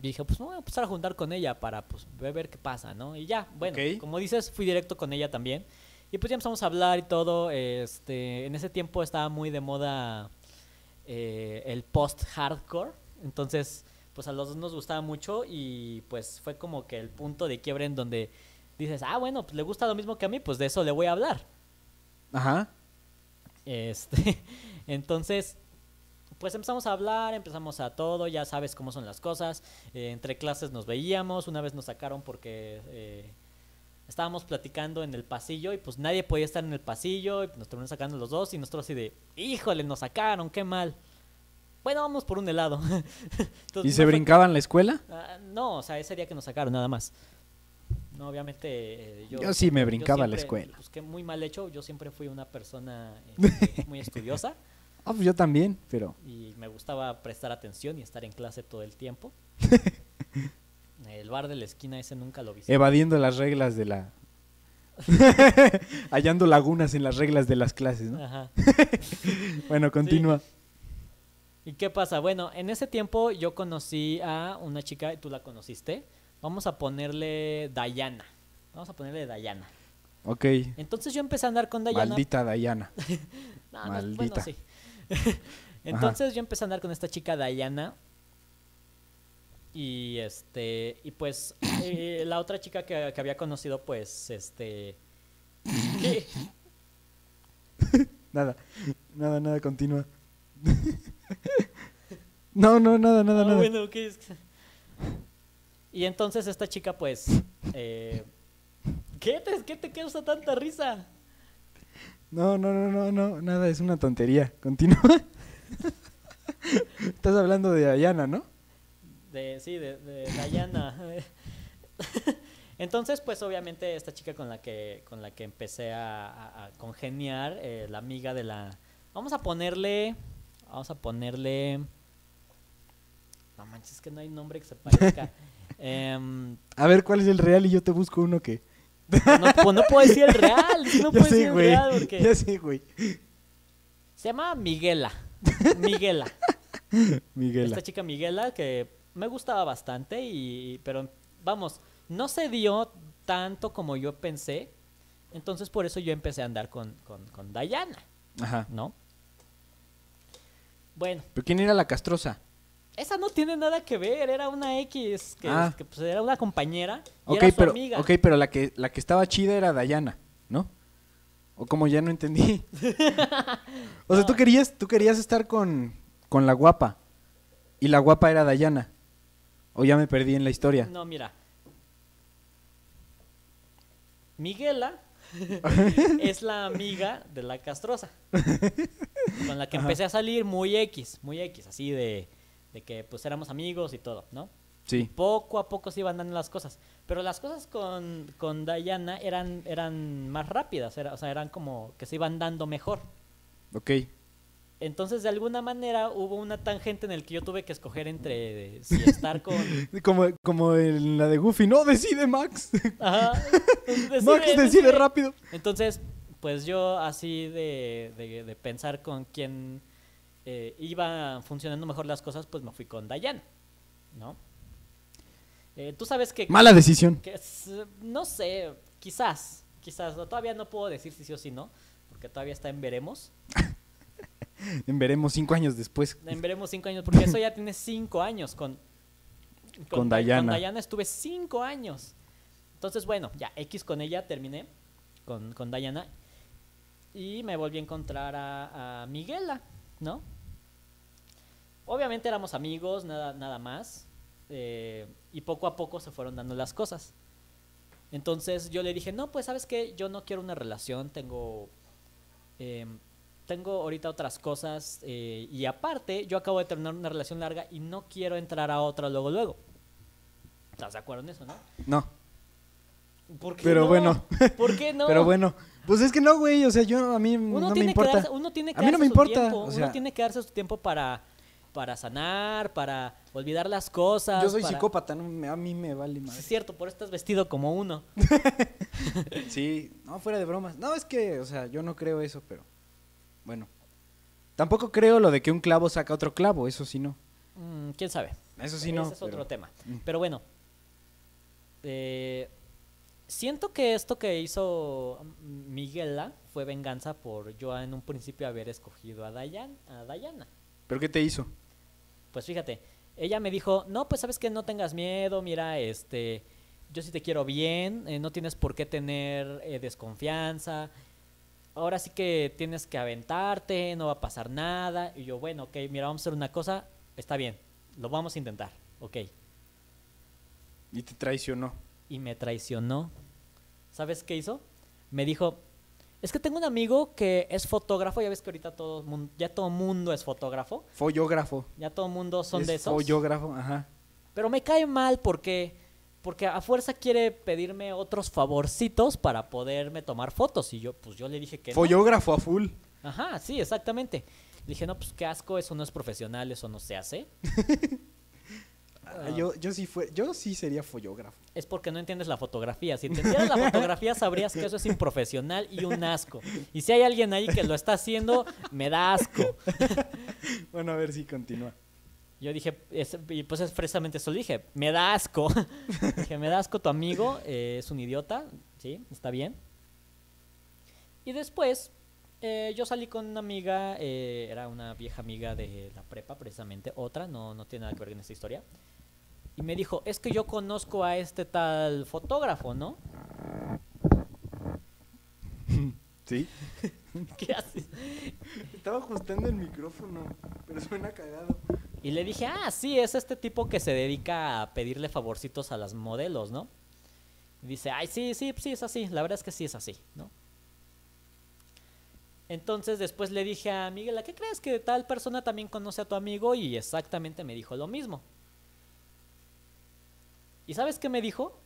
S2: dije, pues me voy a empezar a juntar con ella para pues ver ver qué pasa, ¿no? Y ya, bueno,
S1: Ok.
S2: como dices, fui directo con ella también. Y pues ya empezamos a hablar y todo. Este, en ese tiempo estaba muy de moda eh, el post-hardcore. Entonces, pues a los dos nos gustaba mucho y pues fue como que el punto de quiebre en donde dices, ah, bueno, pues le gusta lo mismo que a mí, pues de eso le voy a hablar.
S1: Ajá.
S2: Este, entonces, pues empezamos a hablar, empezamos a todo, ya sabes cómo son las cosas. eh, entre clases nos veíamos, una vez nos sacaron porque eh, estábamos platicando en el pasillo y pues nadie podía estar en el pasillo y pues, nos terminaron sacando los dos y nosotros así de, híjole, nos sacaron, qué mal. Bueno, vamos por un helado. Entonces,
S1: ¿Y se
S2: no fue-
S1: brincaban la escuela?
S2: Ah, no, o sea, ese día que nos sacaron, nada más. No, obviamente eh, yo...
S1: Yo sí me brincaba la
S2: siempre-
S1: escuela.
S2: Pues que muy mal hecho, yo siempre fui una persona eh, muy estudiosa
S1: Ah, pues yo también, pero...
S2: y me gustaba prestar atención y estar en clase todo el tiempo. El bar de la esquina ese nunca lo visité.
S1: Evadiendo las reglas de la... Hallando lagunas en las reglas de las clases, ¿no?
S2: Ajá.
S1: Bueno, continúa.
S2: ¿Y qué pasa? Bueno, en ese tiempo yo conocí a una chica, y tú la conociste. Vamos a ponerle Dayana. Vamos a ponerle Dayana.
S1: Ok.
S2: Entonces yo empecé a andar con Dayana.
S1: Maldita Dayana.
S2: No, no, bueno,
S1: Maldita.
S2: sí. Entonces yo empecé a andar con esta chica Dayana. Y este. Y pues. eh, la otra chica que, que había conocido, pues, este. ¿Qué?
S1: Nada, nada, nada, continúa. no, no, nada, nada,
S2: Ah,
S1: nada.
S2: bueno, ok, es que- Y entonces esta chica, pues. eh, ¿Qué te, ¿Qué te causa tanta risa?
S1: No, no, no, no, no, nada, es una tontería. Continúa. Estás hablando de Dayana, ¿no?
S2: De, sí, de, de Dayana. Entonces, pues obviamente esta chica con la que, con la que empecé a, a- a congeniar, eh, la amiga de la... Vamos a ponerle... Vamos a ponerle... No manches, que no hay nombre que se parezca. Em,
S1: A ver cuál es el real y yo te busco uno que.
S2: no, pues no puedo decir el real. es que No
S1: ya
S2: puedo decir
S1: sé,
S2: el
S1: güey.
S2: real porque...
S1: Ya sé, güey.
S2: Se llama Miguela. Miguela.
S1: Miguela.
S2: Esta chica Miguela que me gustaba bastante y pero vamos, no se dio tanto como yo pensé. Entonces por eso yo empecé a andar con, con, con Dayana,
S1: Ajá.
S2: ¿no? Bueno,
S1: ¿Pero quién era la castrosa?
S2: esa no tiene nada que ver, era una X, que,
S1: Ah.
S2: que, pues, era una compañera y
S1: Ok,
S2: era su
S1: pero,
S2: amiga.
S1: ok, pero la que, la que estaba chida era Dayana, ¿no? O como ya no entendí. o sea,
S2: No.
S1: tú querías, tú querías estar con, con la guapa. Y la guapa era Dayana. O ya me perdí en la historia.
S2: No, mira. Miguela es la amiga de la castrosa. Con la que empecé a salir muy X, muy X, así de, de que pues éramos amigos y todo, ¿no?
S1: Sí.
S2: Poco a poco se iban dando las cosas. Pero las cosas con, con Dayana eran, eran más rápidas, era- o sea, eran como que se iban dando mejor.
S1: Ok.
S2: Entonces, de alguna manera, hubo una tangente en el que yo tuve que escoger entre eh, si estar con...
S1: Como, como en la de Goofy. No, decide Max.
S2: Ajá. Entonces,
S1: Max decide,
S2: decide.
S1: rápido.
S2: Entonces, pues yo así de, de- de pensar con quién eh, iba funcionando mejor las cosas, pues me fui con Dayan, ¿no? Eh, Tú sabes que...
S1: Mala decisión.
S2: que es, eh, no sé, quizás, quizás, no, todavía no puedo decir si sí o si no, porque todavía está en veremos.
S1: Veremos cinco años después.
S2: En veremos cinco años, porque eso ya tiene cinco años con...
S1: Con
S2: Da-
S1: Dayana.
S2: Con Dayana estuve cinco años. Entonces, bueno, ya X con ella terminé, con, con Dayana. Y me volví a encontrar a, a Miguela, ¿no? Obviamente éramos amigos, nada, nada más. eh, y poco a poco se fueron dando las cosas. Entonces yo le dije, no, pues sabes qué, yo no quiero una relación, tengo... em, tengo ahorita otras cosas eh, y aparte yo acabo de terminar una relación larga y no quiero entrar a otra luego luego. ¿Estás de acuerdo en eso, no?
S1: No.
S2: ¿Por qué
S1: Pero
S2: no?
S1: bueno.
S2: ¿Por qué no?
S1: Pero bueno. Pues es que no, güey. O sea, yo a mí
S2: uno
S1: no me
S2: tiene
S1: importa.
S2: que darse, uno tiene que
S1: A mí no
S2: darse
S1: me
S2: su
S1: importa,
S2: tiempo,
S1: o
S2: uno
S1: sea.
S2: tiene que darse su tiempo para para sanar, para olvidar las cosas.
S1: Yo soy
S2: para-
S1: psicópata, no, me- a mí me vale
S2: Sí,
S1: madre.
S2: es cierto, por eso estás vestido como uno.
S1: Sí, no, fuera de bromas. No, es que, o sea, yo no creo eso, pero bueno. Tampoco creo lo de que un clavo saca otro clavo, eso sí no.
S2: Mm, ¿Quién sabe?
S1: Eso sí
S2: Ese
S1: no. mm.
S2: es otro
S1: pero-
S2: tema.
S1: Mm.
S2: Pero bueno, eh, Siento que esto que hizo Miguela fue venganza por yo en un principio haber escogido a, Dayan, a Dayana.
S1: ¿Pero qué te hizo?
S2: Pues fíjate, ella me dijo, no, pues sabes que no tengas miedo, mira, este, yo sí te quiero bien, eh, no tienes por qué tener eh, desconfianza, ahora sí que tienes que aventarte, no va a pasar nada. Y yo, bueno, ok, mira, vamos a hacer una cosa, está bien, lo vamos a intentar, ok.
S1: Y te traicionó.
S2: Y me traicionó. ¿Sabes qué hizo? Me dijo, es que tengo un amigo que es fotógrafo, ya ves que ahorita todo mundo, ya todo mundo es fotógrafo,
S1: Follógrafo.
S2: ya todo mundo son
S1: Es
S2: de esos.
S1: Follógrafo, ajá.
S2: Pero me cae mal porque, porque a fuerza quiere pedirme otros favorcitos para poderme tomar fotos. Y yo, pues yo le dije que no.
S1: Follógrafo a full.
S2: Ajá, sí, exactamente. Le dije, no, pues qué asco, eso no es profesional, eso no se hace.
S1: Ah, Yo, yo sí fue, yo sí sería follógrafo.
S2: Es porque no entiendes la fotografía. Si entendieras la fotografía, sabrías que eso es improfesional y un asco. Y si hay alguien ahí que lo está haciendo, me da asco.
S1: Bueno, a ver si continúa.
S2: Yo dije, es- y pues es precisamente eso le dije, me da asco. dije, me da asco tu amigo, eh, es un idiota, sí, está bien. Y después, eh, yo salí con una amiga, eh, era una vieja amiga de la prepa, precisamente, otra, no, no tiene nada que ver con esta historia. Y me dijo, es que yo conozco a este tal fotógrafo, ¿no?
S1: ¿Sí?
S2: ¿Qué haces?
S1: Estaba ajustando el micrófono, pero suena cagado.
S2: Y le dije, ah, sí, es este tipo que se dedica a pedirle favorcitos a las modelos, ¿no? Y dice, ay, sí, sí, sí, es así, la verdad es que sí es así, ¿no? Entonces después le dije a Miguel, ¿a qué crees que tal persona también conoce a tu amigo? Y exactamente me dijo lo mismo. ¿Y sabes qué me dijo?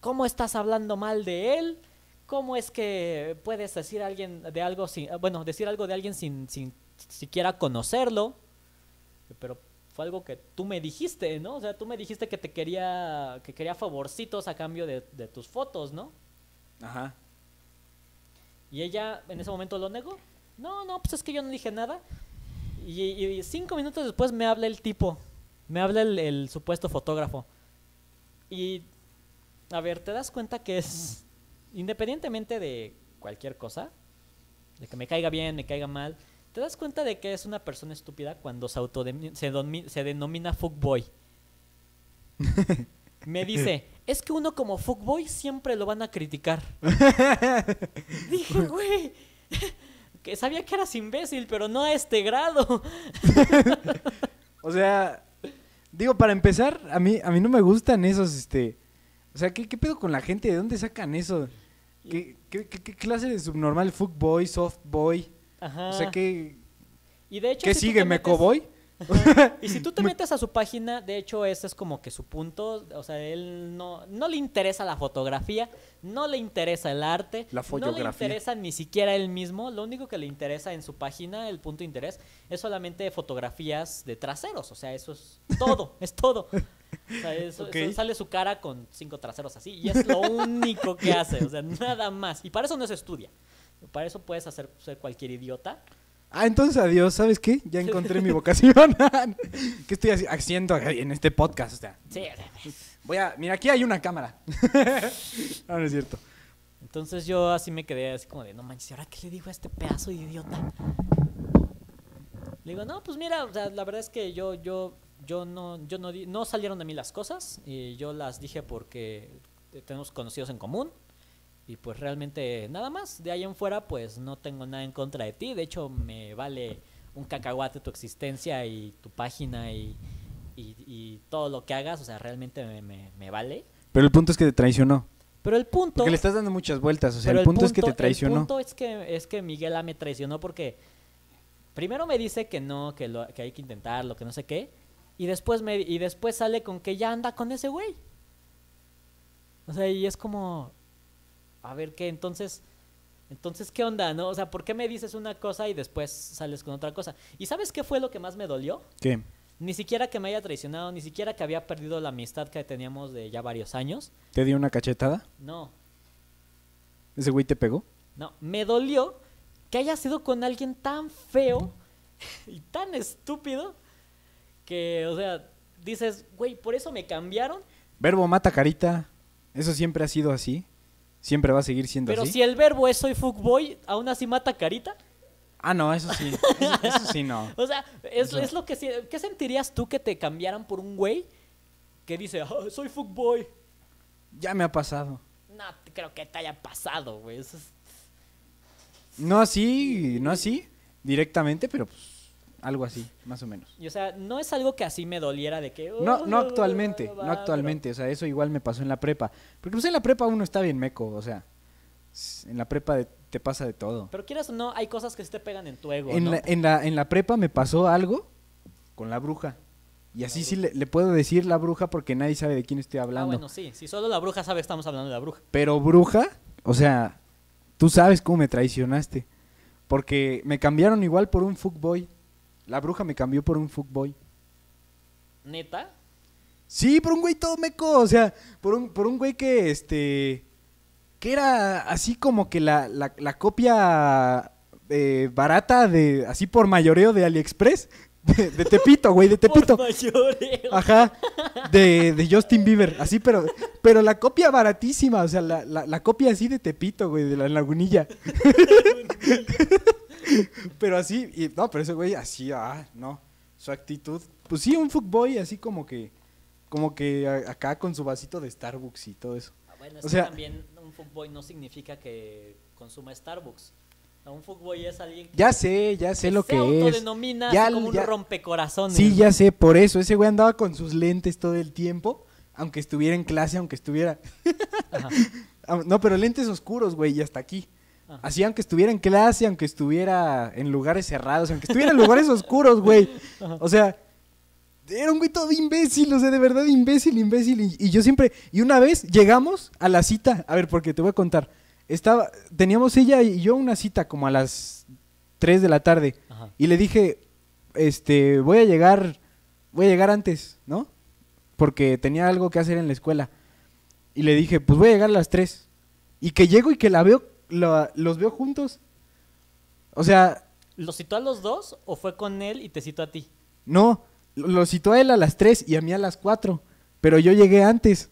S2: ¿Cómo estás hablando mal de él? ¿Cómo es que puedes decir a alguien de algo sin, bueno, decir algo de alguien sin, sin siquiera conocerlo? pero fue algo que tú me dijiste, ¿no? O sea, tú me dijiste que te quería, que quería favorcitos a cambio de, de tus fotos, ¿no?
S1: Ajá.
S2: Y ella en ese momento lo negó. No, no, pues es que yo no dije nada. Y, y cinco minutos después me habla el tipo, me habla el, el supuesto fotógrafo. Y, a ver, ¿te das cuenta que es, independientemente de cualquier cosa, de que me caiga bien, me caiga mal, ¿te das cuenta de que es una persona estúpida cuando se, autodemi- se, domi- se denomina fuckboy? Me dice, es que uno como fuckboy siempre lo van a criticar. Dije, güey, que sabía que eras imbécil, pero no a este grado.
S1: O sea, digo, para empezar, a mí, a mí no me gustan esos, este... O sea, ¿qué, qué pedo con la gente? ¿De dónde sacan eso? ¿Qué, qué, qué- qué clase de subnormal? ¿Fuckboy? ¿Softboy?
S2: Ajá.
S1: O sea, ¿qué,
S2: y de Ah. hecho,
S1: qué
S2: si tú
S1: sigue?
S2: te
S1: ¿Me
S2: metes-
S1: coboy?
S2: Y si tú te metes a su página, de hecho, ese es como que su punto. O sea, él no, no le interesa la fotografotografía, no le interesa el arte,
S1: La
S2: no le
S1: follografía.
S2: interesa ni siquiera él mismo. Lo único que le interesa en su página, el punto de interés, es solamente fotografías de traseros. O sea, eso es todo, es todo. O sea, eso-
S1: Ok.
S2: eso- sale su cara con cinco traseros así y es lo único que hace. O sea, nada más. Y para eso no se estudia. Para eso puedes hacer ser cualquier idiota.
S1: Ah, entonces adiós, ¿sabes qué? Ya encontré mi vocación. ¿Qué estoy haci- haciendo en este podcast? O sea,
S2: Sí,
S1: voy a... Mira, aquí hay una cámara. no, no es cierto.
S2: Entonces yo así me quedé así como de, no manches, ¿y ahora qué le digo a este pedazo de idiota? Le digo, no, pues mira, o sea, la verdad es que yo, yo, yo no, yo no, di- no salieron de mí las cosas y yo las dije porque te- tenemos conocidos en común y pues realmente nada más. De ahí en fuera, pues no tengo nada en contra de ti. De hecho, me vale un cacahuate tu existencia y tu página y, y- y todo lo que hagas. O sea, realmente me, me- me vale.
S1: Pero el punto es que te traicionó.
S2: Pero el punto...
S1: Porque le estás dando muchas vueltas. O sea,
S2: Pero
S1: el punto, es que te
S2: el
S1: traicionó.
S2: punto es que, es que Miguela me traicionó porque primero me dice que no, que, lo- que hay que intentarlo, que no sé qué. Y después, me, y después sale con que ya anda con ese güey. O sea, y es como, a ver qué, entonces, entonces, ¿qué onda? ¿No? O sea, ¿por qué me dices una cosa y después sales con otra cosa? ¿Y sabes qué fue lo que más me dolió?
S1: ¿Qué?
S2: Ni siquiera que me haya traicionado, ni siquiera que había perdido la amistad que teníamos de ya varios años.
S1: ¿Te dio una cachetada?
S2: No,
S1: ¿Ese güey te pegó?
S2: No, me dolió que haya sido con alguien tan feo y tan estúpido que, o sea, dices, güey, por eso me cambiaron.
S1: Verbo mata carita. Eso siempre ha sido así. Siempre va a seguir siendo
S2: Pero
S1: así.
S2: si el verbo es soy fuckboy, aún así mata carita.
S1: Ah, no, eso sí. Eso, eso sí, no.
S2: O sea, es,
S1: Eso.
S2: es lo que... si- ¿Qué sentirías tú que te cambiaran por un güey que dice, "Ah, soy fuckboy?
S1: Ya me ha pasado.
S2: No, te- creo que te haya pasado, güey. Eso es-
S1: No así, no así, directamente, pero pues algo así, más o menos.
S2: y, o sea, no es algo que así me doliera de que...
S1: No, no
S2: "Oh,
S1: actualmente,
S2: va",
S1: no actualmente, o sea, eso igual me pasó en la prepa. Porque pues en la prepa uno está bien meco, o sea, s- en la prepa de- te pasa de todo.
S2: Pero, pero quieras o no, hay cosas que sí te pegan en tu ego,
S1: En
S2: ¿no?
S1: la, en, la, en la prepa me pasó algo con la bruja. Y así sí le, le puedo decir la bruja porque nadie sabe de quién estoy
S2: Ah,
S1: hablando.
S2: bueno, sí. Si solo la bruja sabe, estamos hablando de la bruja.
S1: Pero bruja, o sea, tú sabes cómo me traicionaste. Porque me cambiaron igual por un fuckboy. La bruja me cambió por un fuckboy.
S2: ¿Neta?
S1: Sí, por un güey todo meco, o sea, por un, por un güey que, este, que era así como que la, la- la copia eh, barata de, así por mayoreo de AliExpress, de, de Tepito, güey, de Tepito.
S2: Por mayoreo.
S1: Ajá, de, de Justin Bieber, así, pero, pero la copia baratísima, o sea, la, la- la copia así de Tepito, güey, de la lagunilla. pero así, y, no, pero ese güey así, ah, no, su actitud, pues sí, un fuckboy así como que, como que a- acá con su vasito de Starbucks y todo eso.
S2: Ah, Bueno, es
S1: O
S2: que
S1: sea-
S2: también un fuckboy no significa que consuma Starbucks. A un fuckboy es alguien que
S1: Ya sé, ya sé lo
S2: se
S1: que es.
S2: autodenomina
S1: Ya-
S2: así como
S1: ya-
S2: un rompecorazones.
S1: Sí, ya sé, por eso, ese güey andaba con sus lentes todo el tiempo, aunque estuviera en clase, aunque estuviera...
S2: Ajá.
S1: Ah, No, pero lentes oscuros, güey, y hasta aquí.
S2: Ajá.
S1: Así, aunque estuviera en clase, aunque estuviera en lugares cerrados, aunque estuviera en lugares oscuros, güey. O sea, era un güey todo imbécil, o sea, de verdad imbécil, imbécil. Y, y yo siempre, y una vez llegamos a la cita, a ver, porque te voy a contar. Estaba, teníamos ella y yo una cita como a las 3 de la tarde.
S2: Ajá.
S1: Y le dije, este, voy a llegar, voy a llegar antes, ¿no? Porque tenía algo que hacer en la escuela. Y le dije, pues voy a llegar a las 3. Y que llego y que la veo, la- los veo juntos. O sea,
S2: ¿Lo citó a los dos o fue con él y te citó a ti?
S1: no, lo- lo citó a él a las 3 y a mí a las 4. Pero yo llegué antes.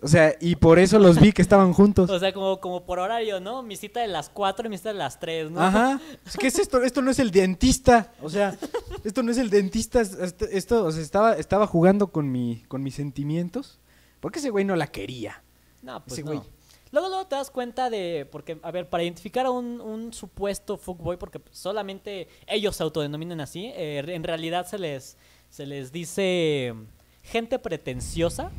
S1: O sea, y por eso los vi que estaban juntos.
S2: O sea, como, como por horario, ¿no? Mi cita de las 4 y mi cita de las 3, ¿no?
S1: Ajá. Es que es esto, esto no es el dentista. O sea, esto no es el dentista. es- Esto, esto, o sea, estaba, estaba jugando con, mi, con mis sentimientos. Porque ese güey no la quería.
S2: No, pues
S1: Ese
S2: no.
S1: güey.
S2: Luego, luego te das cuenta de, porque, a ver, para identificar a un, un supuesto fuckboy, porque solamente ellos se autodenominan así, eh, en realidad se les, se les dice gente pretenciosa,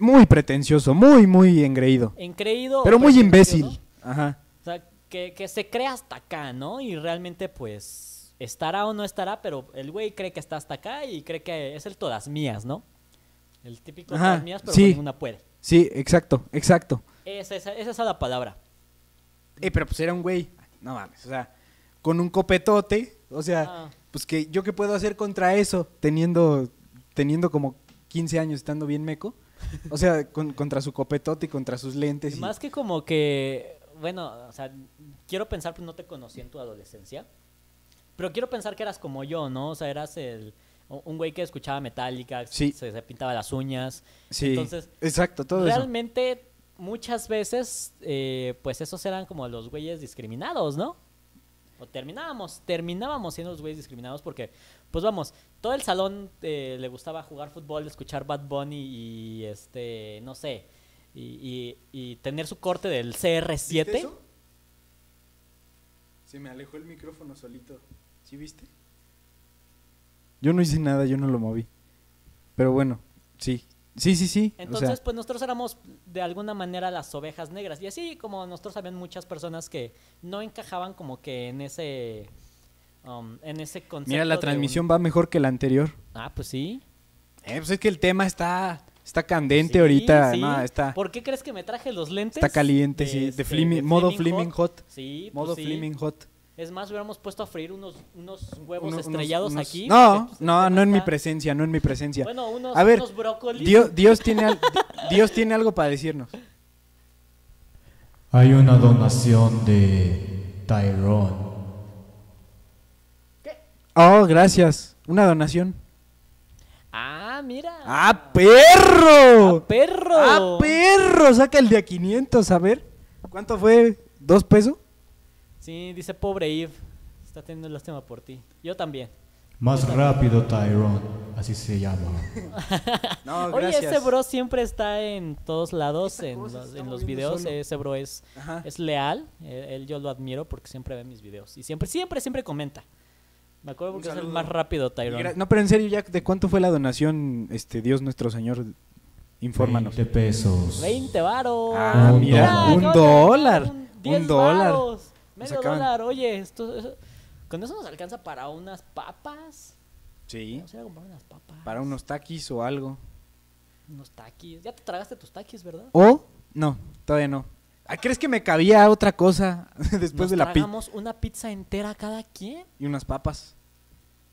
S1: Muy pretencioso, muy, muy engreído.
S2: encreído. o
S1: Pero muy
S2: pretencioso,
S1: imbécil. Ajá.
S2: O sea, que, que se cree hasta acá, ¿no? Y realmente, pues, estará o no estará, pero el güey cree que está hasta acá y cree que es el todas mías, ¿no? El típico
S1: Ajá,
S2: todas mías, pero
S1: sí.
S2: con ninguna puede.
S1: Sí, exacto, exacto.
S2: Esa, esa, esa es la palabra.
S1: Eh, pero pues era un güey. No mames, o sea, con un copetote. O sea,
S2: Ah.
S1: pues que yo qué puedo hacer contra eso teniendo, teniendo como 15 años estando bien meco. O sea, con- contra su copetote y contra sus lentes.
S2: Y
S1: y-
S2: Más que como que, bueno, o sea, quiero pensar, pues no te conocí en tu adolescencia, pero quiero pensar que eras como yo, ¿no? O sea, eras el, un un güey que escuchaba Metallica,
S1: Sí.
S2: se, se pintaba las uñas.
S1: Sí,
S2: Entonces,
S1: exacto, todo eso.
S2: realmente, muchas veces, eh, pues esos eran como los güeyes discriminados, ¿no? O terminábamos, terminábamos siendo los güeyes discriminados porque, pues vamos, todo el salón eh, le gustaba jugar fútbol, escuchar Bad Bunny y, este, no sé, y, y- y tener su corte del CR7.
S1: Se me alejó el micrófono solito. ¿Sí viste? Yo no hice nada, yo no lo moví. Pero bueno, sí. Sí, sí, sí. o
S2: Entonces,
S1: sea,
S2: pues nosotros éramos de alguna manera las ovejas negras. Y así como nosotros habían muchas personas que no encajaban como que en ese... um, en ese concepto.
S1: mira, la
S2: de un-
S1: transmisión va mejor que la anterior.
S2: Ah, pues sí.
S1: Eh, pues es que el tema está, está candente
S2: Sí,
S1: ahorita.
S2: sí.
S1: no, está,
S2: ¿Por qué crees que me traje los lentes?
S1: está caliente, sí. De
S2: este,
S1: Fleming-
S2: de
S1: modo
S2: Flaming
S1: Flaming Hot.
S2: Sí, pues
S1: Modo
S2: sí.
S1: Flaming Hot.
S2: Es más, hubiéramos puesto a freír unos, unos huevos
S1: Uno- unos-
S2: estrellados
S1: unos-
S2: aquí.
S1: No,
S2: porque, pues, el
S1: no,
S2: tema
S1: no en mi
S2: está-
S1: presencia, no en mi presencia.
S2: Bueno, unos,
S1: A ver,
S2: unos brócolis.
S1: Dios, Dios, tiene al- Dios tiene algo para decirnos.
S3: Hay una donación de Tyrone.
S1: Oh, gracias. Una donación.
S2: Ah, Ah, mira.
S1: ¡Ah, perro!
S2: ¡Ah, perro!
S1: ¡Ah, perro! Saca el de a 500, a ver. ¿Cuánto fue? ¿Dos pesos?
S2: Sí, dice pobre Eve. Está teniendo lástima por ti. Yo también.
S3: Más rápido, Tyrone. Así se llama.
S1: No,
S2: Oye, ese bro siempre está en todos lados, en los, en los videos. Ese bro es,
S1: Ajá.
S2: es leal. Él, él yo lo admiro porque siempre ve mis videos. Y siempre, siempre, siempre comenta. Me acuerdo
S1: Un
S2: porque es el
S1: saludo.
S2: más rápido,
S1: Y gra-
S2: Tyrone.
S1: No, pero en serio, Jack, ¿de cuánto fue la donación, este Dios nuestro Señor? Infórmanos.
S3: 20 pesos.
S2: 20 varos.
S1: Ah,
S3: Un
S1: mira,
S3: dólar.
S1: un
S2: acaban de
S1: dólar.
S2: ganar
S1: Un,
S2: diez
S1: dólar.
S2: varos, Medio
S1: acaban-
S2: dólar, oye, esto, eso- con eso nos alcanza para unas papas.
S1: Sí,
S2: Vamos a ir a comprar unas papas.
S1: para unos taquis o algo.
S2: Unos taquis. Ya te tragaste tus taquis, ¿verdad?
S1: ¿O? No, todavía no. Ah, ¿Crees que me cabía otra cosa después
S2: Nos
S1: de la pizza?
S2: tragamos una pizza entera cada quien.
S1: Y unas papas.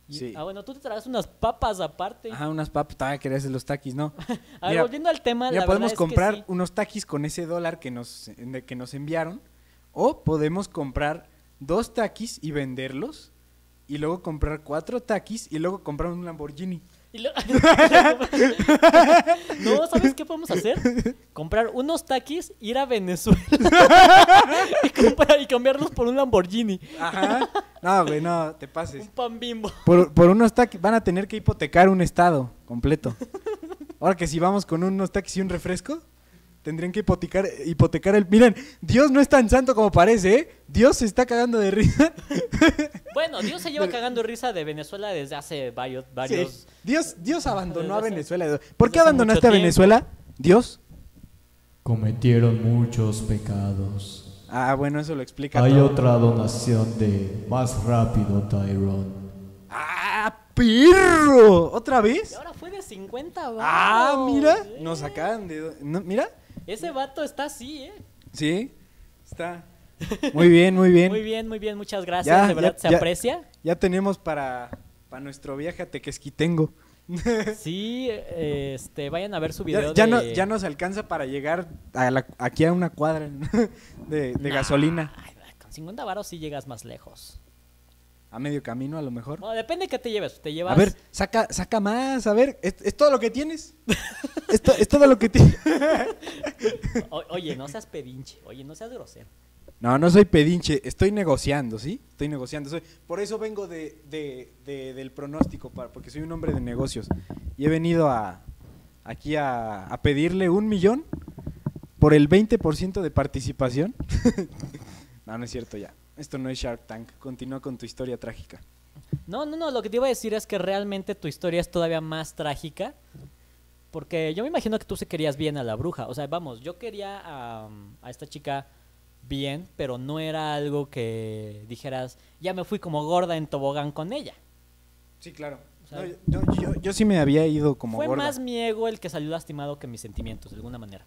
S2: Y-
S1: Sí.
S2: Ah, bueno, tú te tragas unas papas aparte.
S1: Ajá, unas papas. Todavía querías de los taquis, ¿no?
S2: A ver,
S1: Mira,
S2: volviendo al tema,
S1: Mira,
S2: la
S1: podemos
S2: verdad
S1: comprar
S2: es que sí.
S1: unos taquis con ese dólar que nos, de- que nos enviaron. O podemos comprar dos taquis y venderlos. Y luego comprar cuatro taquis y luego comprar un Lamborghini.
S2: Y lo- no, ¿sabes qué podemos hacer? Comprar unos taquis, ir a Venezuela y, comprar- y cambiarlos por un Lamborghini,
S1: Ajá. No, güey, no, te
S2: un
S1: pases.
S2: pan bimbo.
S1: Por, por unos taquis van a tener que hipotecar un estado completo. Ahora que si vamos con unos taquis y un refresco, tendrían que hipotecar, hipotecar el... Miren, Dios no es tan santo como parece, ¿eh? Dios se está cagando de risa.
S2: Bueno, Dios se lleva cagando risa de Venezuela desde hace varios, varios
S1: Sí. Dios, Dios abandonó a
S2: Desde hace-
S1: Venezuela. ¿Por qué
S2: hace
S1: abandonaste
S2: mucho
S1: a
S2: tiempo.
S1: Venezuela? Dios.
S3: Cometieron muchos pecados.
S1: Ah, bueno, eso lo explica
S3: Hay
S1: todo.
S3: otra donación de Más rápido, Tyrone.
S1: ¡Ah, perro! ¿Otra
S2: Y
S1: vez?
S2: ahora fue de 50 varos.
S1: Ah, mira.
S2: Eh,
S1: Nos sacaban de... do- no, mira.
S2: Ese vato está así, ¿eh?
S1: Sí. Está. Muy bien, muy bien.
S2: Muy bien, muy bien, muchas gracias.
S1: Ya,
S2: de verdad,
S1: ya,
S2: se
S1: ya.
S2: aprecia.
S1: Ya tenemos para, para nuestro viaje a Tequesquitengo.
S2: Sí, eh, este, vayan a ver su video
S1: Ya, ya
S2: de...
S1: no, ya nos alcanza para llegar a la- aquí a una cuadra de, de
S2: Nah,
S1: gasolina.
S2: con 50 varos sí llegas más lejos.
S1: A medio camino, a lo mejor.
S2: Bueno, depende de qué te lleves. Te llevas...
S1: A ver, saca, saca más, a ver, ¿es, es todo lo que tienes? ¿Es, to- es todo lo que tienes?
S2: O- oye, no seas pedinche. Oye, no seas grosero.
S1: No, no soy pedinche, estoy negociando, ¿sí? Estoy negociando. soy- por eso vengo de, de- de- del pronóstico, para, porque soy un hombre de negocios. Y he venido a, aquí a, a pedirle un millón por el 20% de participación. no, no es cierto ya. Esto no es Shark Tank. Continúa con tu historia trágica.
S2: No, no, no. Lo que te iba a decir es que realmente tu historia es todavía más trágica. Porque yo me imagino que tú se querías bien a la bruja. O sea, vamos, yo quería a, a esta chica bien, pero no era algo que dijeras, ya me fui como gorda en tobogán con ella.
S1: Sí, claro.
S2: No, yo-
S1: yo, sí me había ido como
S2: Fue
S1: gorda.
S2: más mi ego el que salió lastimado que mis sentimientos, de alguna manera.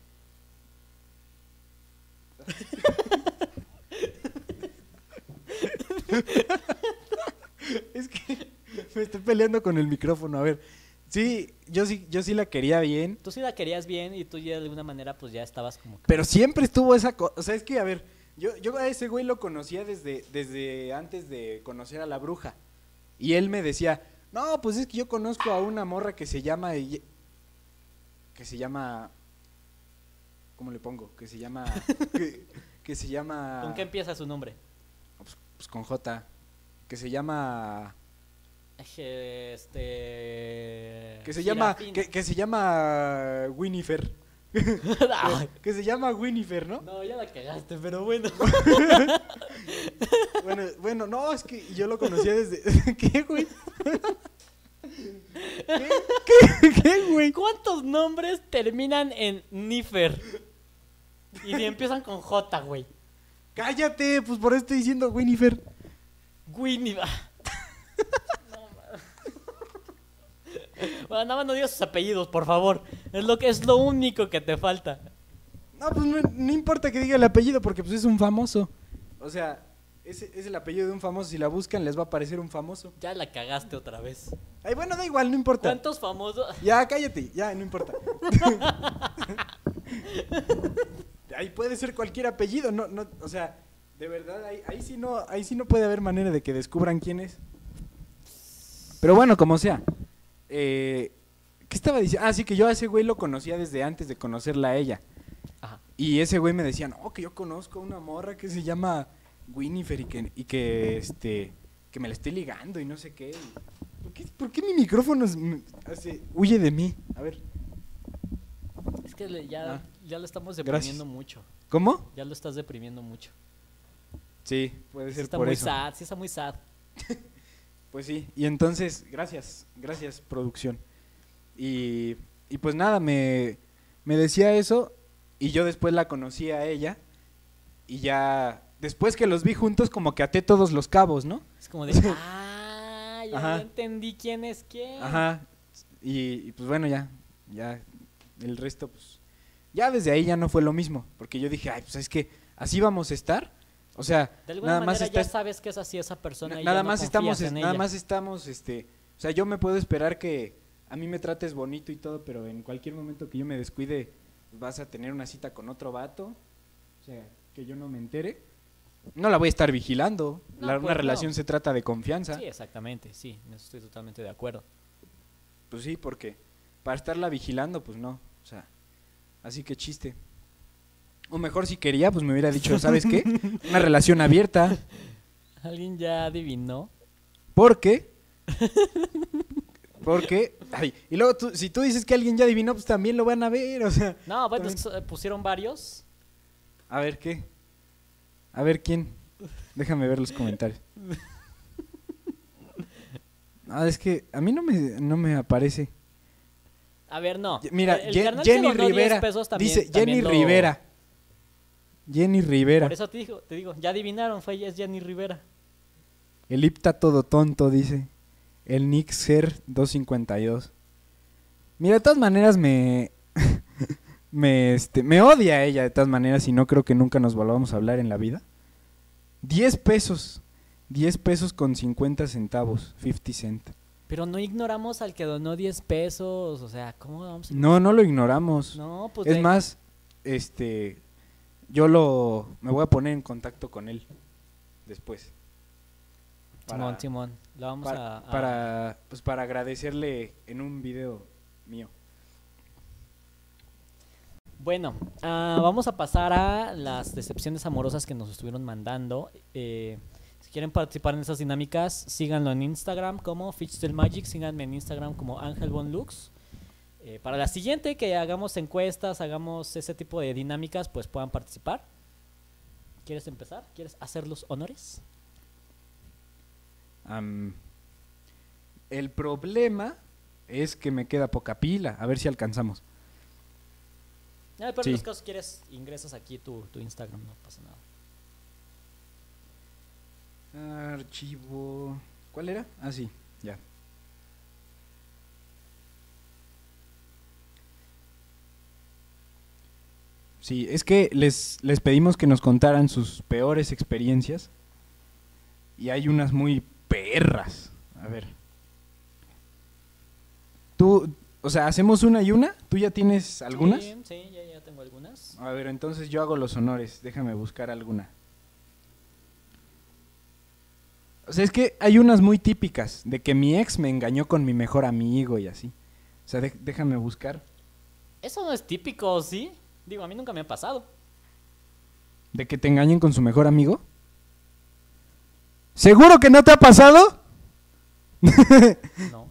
S1: Es que me estoy peleando con el micrófono. A ver, sí, yo sí, yo sí la quería bien,
S2: Tú sí la querías bien y tú ya de alguna manera pues ya estabas como que...
S1: pero siempre estuvo esa cosa. O sea, es que, a ver, yo, yo a ese güey lo conocía desde, desde antes de conocer a la bruja. Y él me decía, no, pues es que yo conozco a una morra que se llama. y- Que se llama. ¿Cómo le pongo? Que se llama. Que, que se llama.
S2: ¿Con qué empieza su nombre?
S1: Pues, pues con J. Que se llama.
S2: Este...
S1: Que se llama.
S2: Jirafina.
S1: Que, que se llama. Winifer.
S2: Ay,
S1: Que se llama Winifer, ¿no?
S2: Ah, no, ya la cagaste, pero bueno.
S1: Bueno, bueno, no, es que yo lo conocía desde. ¿Qué, güey? ¿Qué? ¿Qué, qué, güey?
S2: ¿Cuántos nombres terminan en Nifer? Y si empiezan con J, güey.
S1: Cállate, pues por eso estoy diciendo Winifer.
S2: Winnie. va. No, ma- Bueno, nada más no digas sus apellidos, por favor. Es lo, que, es lo único que te falta.
S1: No, pues no, no importa que diga el apellido porque pues es un famoso. O sea, ese es el apellido de un famoso. Si la buscan, les va a aparecer un famoso.
S2: Ya la cagaste otra vez.
S1: Ay, bueno, da igual, no importa.
S2: ¿Cuántos famosos?
S1: Ya, cállate, ya, no importa. ahí puede ser cualquier apellido, no, no, o sea, de verdad, ahí, ahí sí no, ahí sí no puede haber manera de que descubran quién es. Pero bueno, como sea, eh, ¿Qué estaba diciendo? Ah, sí, que yo a ese güey lo conocía desde antes de conocerla a ella.
S2: Ajá.
S1: Y ese güey me decía, no, que yo conozco a una morra que se llama Winifred y que, y que, este, que me la estoy ligando y no sé qué. ¿Por qué, por qué mi micrófono es- m- hace- huye de mí? A ver,
S2: Es que le- ya,
S1: Ah.
S2: ya lo estamos deprimiendo
S1: Gracias.
S2: mucho.
S1: ¿cómo?
S2: Ya lo estás deprimiendo mucho.
S1: Sí, puede
S2: Sí
S1: ser
S2: está
S1: por
S2: muy
S1: eso.
S2: sad, sí está muy sad.
S1: Pues sí, y entonces, gracias, gracias producción. Y, y pues nada, me, me decía eso y yo después la conocí a ella y ya, después que los vi juntos como que até todos los cabos, ¿no?
S2: Es como de, ah, ya
S1: Ajá.
S2: entendí quién es quién.
S1: Ajá, y, y pues bueno, ya, ya, el resto pues, ya desde ahí ya no fue lo mismo, porque yo dije, ay, pues es que así vamos a estar, o sea,
S2: De alguna
S1: nada
S2: manera
S1: más
S2: ya
S1: está
S2: sabes que es así esa persona.
S1: Na-
S2: y ya
S1: nada
S2: no
S1: más
S2: confías
S1: estamos
S2: en
S1: es- nada
S2: ella.
S1: más estamos este o sea yo me puedo esperar que a mí me trates bonito y todo pero en cualquier momento que yo me descuide pues vas a tener una cita con otro vato o sea que yo no me entere no la voy a estar vigilando
S2: No,
S1: La-
S2: pues,
S1: una
S2: no.
S1: relación se trata de confianza
S2: Sí, exactamente, sí, en eso estoy totalmente de acuerdo.
S1: pues sí porque para estarla vigilando pues no o sea así que chiste o mejor si quería pues me hubiera dicho sabes qué una relación abierta
S2: ¿Alguien ya adivinó?
S1: Porque. Porque. ay, y luego, tú- si tú dices que alguien ya adivinó, pues también lo van a ver. O sea,
S2: No, bueno,
S1: También-
S2: so- pusieron varios.
S1: a ver qué. A ver quién. Déjame ver los comentarios. Ah, es que a mí no me, no me aparece.
S2: A ver, no.
S1: Ye- Mira,
S2: El
S1: Ye-
S2: carnal que
S1: Jenny
S2: donó 10
S1: Rivera.
S2: pesos también-
S1: dice
S2: también
S1: Jenny
S2: lo-
S1: Rivera. Jenny Rivera.
S2: Por eso te digo, te digo, ya adivinaron, fue es Jenny Rivera.
S1: El Ipta todo tonto, dice. El Nixer 252. Mira, de todas maneras me. me, este, me odia ella, de todas maneras, y no creo que nunca nos volvamos a hablar en la vida. 10 pesos. 10 pesos con 50 centavos. 50 cent.
S2: Pero no ignoramos al que donó 10 pesos, o sea, ¿cómo vamos a...
S1: No, no lo ignoramos.
S2: Pues, No, pues...
S1: es
S2: de-
S1: más, este. Yo lo. Me voy a poner en contacto con él. Después.
S2: Timón, Timón, lo vamos
S1: para,
S2: a, a-
S1: para, pues, para agradecerle en un video mío.
S2: Bueno, ah, vamos a pasar a las decepciones amorosas que nos estuvieron mandando. Eh, si quieren participar en esas dinámicas, síganlo en Instagram como Magic, síganme en Instagram como Ángel Von Lux. Eh, para la siguiente que hagamos encuestas, hagamos ese tipo de dinámicas, pues puedan participar. ¿Quieres empezar? ¿Quieres hacer los honores?
S1: Am, el problema es que me queda poca pila. A ver si alcanzamos.
S2: No, pero
S1: Sí.
S2: en los casos quieres, ingresas aquí tu, tu Instagram, no pasa nada.
S1: Archivo. ¿Cuál era? Ah, sí, ya. Sí, es que les, les pedimos que nos contaran sus peores experiencias. Y hay unas muy perras. A ver. Tú, o sea, hacemos una y una. ¿Tú ya tienes algunas?
S2: Sí, sí, ya, ya tengo algunas.
S1: A ver, entonces yo hago los honores. Déjame buscar alguna. O sea, es que hay unas muy típicas de que mi ex me engañó con mi mejor amigo y así. O sea, dej- déjame buscar.
S2: Eso no es típico, ¿sí? Digo, a mí nunca me ha pasado.
S1: ¿De que te engañen con su mejor amigo? ¿Seguro que no te ha pasado?
S2: No.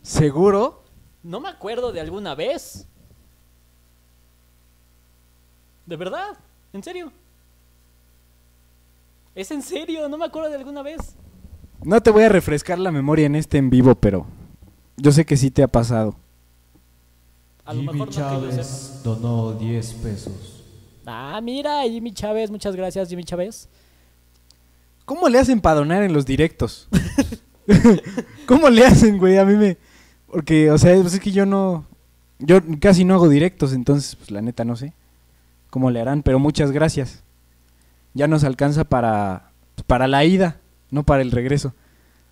S1: ¿Seguro?
S2: No me acuerdo de alguna vez. ¿De verdad? ¿En serio? Es en serio, no me acuerdo de alguna vez.
S1: No te voy a refrescar la memoria en este en vivo, pero yo sé que sí te ha pasado.
S2: A lo
S3: Jimmy
S2: mejor no que yo sepa.
S3: Chávez donó 10 pesos.
S2: Ah, mira, Jimmy Chávez, muchas gracias, Jimmy Chávez.
S1: ¿Cómo le hacen para donar en los directos? ¿Cómo le hacen, güey? A mí me... Porque, o sea, pues es que yo no... Yo casi no hago directos, entonces, pues la neta no sé cómo le harán, pero muchas gracias. Ya nos alcanza para, para la ida, no para el regreso.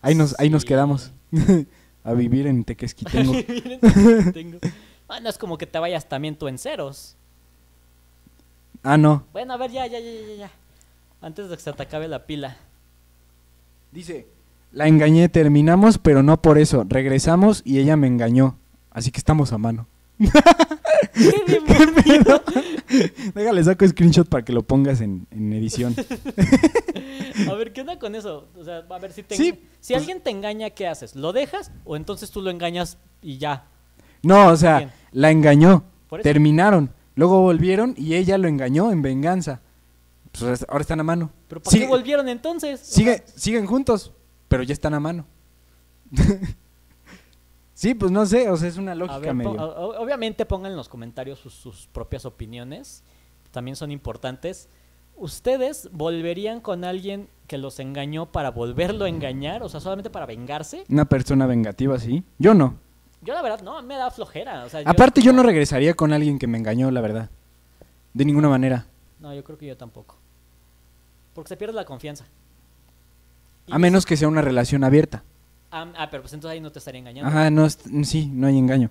S1: Ahí nos, ahí nos
S2: Sí.
S1: quedamos. a vivir en Tequesquitengo.
S2: Miren, tengo- tengo. Ah, no es como que te vayas también tú en ceros.
S1: ah, no.
S2: Bueno, a ver, ya, ya, ya, ya, ya. Antes de que se te acabe la pila.
S1: Dice, La engañé, terminamos, pero no por eso. Regresamos y ella me engañó. Así que estamos a mano.
S2: Qué bien bonito.
S1: Déjale, saco screenshot para que lo pongas en, en edición.
S2: A ver, ¿qué onda con eso? O sea, a ver si te
S1: Sí,
S2: si
S1: pues-
S2: alguien te engaña, ¿qué haces? ¿Lo dejas o entonces tú lo engañas y ya?
S1: No, o sea,
S2: Bien.
S1: la engañó.
S2: Por eso.
S1: Terminaron. Luego volvieron y ella lo engañó en venganza. Pues ahora- ahora están a mano.
S2: ¿Pero por
S1: Sigue-
S2: qué volvieron entonces? O
S1: sigue-
S2: sea,
S1: siguen juntos, pero ya están a mano. sí, pues no sé, o sea, es una
S2: a
S1: lógica
S2: ver,
S1: medio.
S2: pon- o- o- obviamente pongan en los comentarios sus, sus propias opiniones. También son importantes. ¿Ustedes volverían con alguien que los engañó para volverlo a engañar? O sea, solamente para vengarse.
S1: Una persona vengativa, sí. Yo no.
S2: Yo la verdad no, me da flojera. o sea,
S1: Aparte, yo no regresaría con alguien que me engañó, la verdad. De ninguna manera.
S2: No, yo creo que yo tampoco. Porque se pierde la confianza. Y
S1: A menos que sea una relación abierta.
S2: Ah, ah, pero pues entonces ahí no te estaría engañando.
S1: Ajá, no, es- sí, no hay engaño.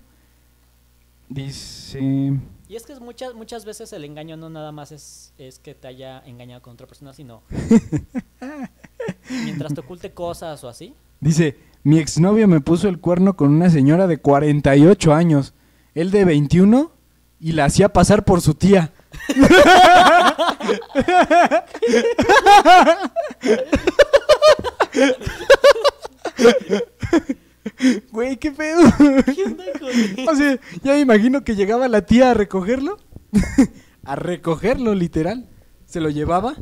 S1: Dice...
S2: Y es que es muchas, muchas veces el engaño no nada más es, es que te haya engañado con otra persona, sino mientras te oculte cosas o así.
S1: Dice, mi exnovio me puso el cuerno con una señora de 48 años, él de 21 y la hacía pasar por su tía. Güey, qué pedo.
S2: ¿Qué onda con-
S1: O sea, ya me imagino que llegaba la tía a recogerlo. a recogerlo, literal. Se lo llevaba,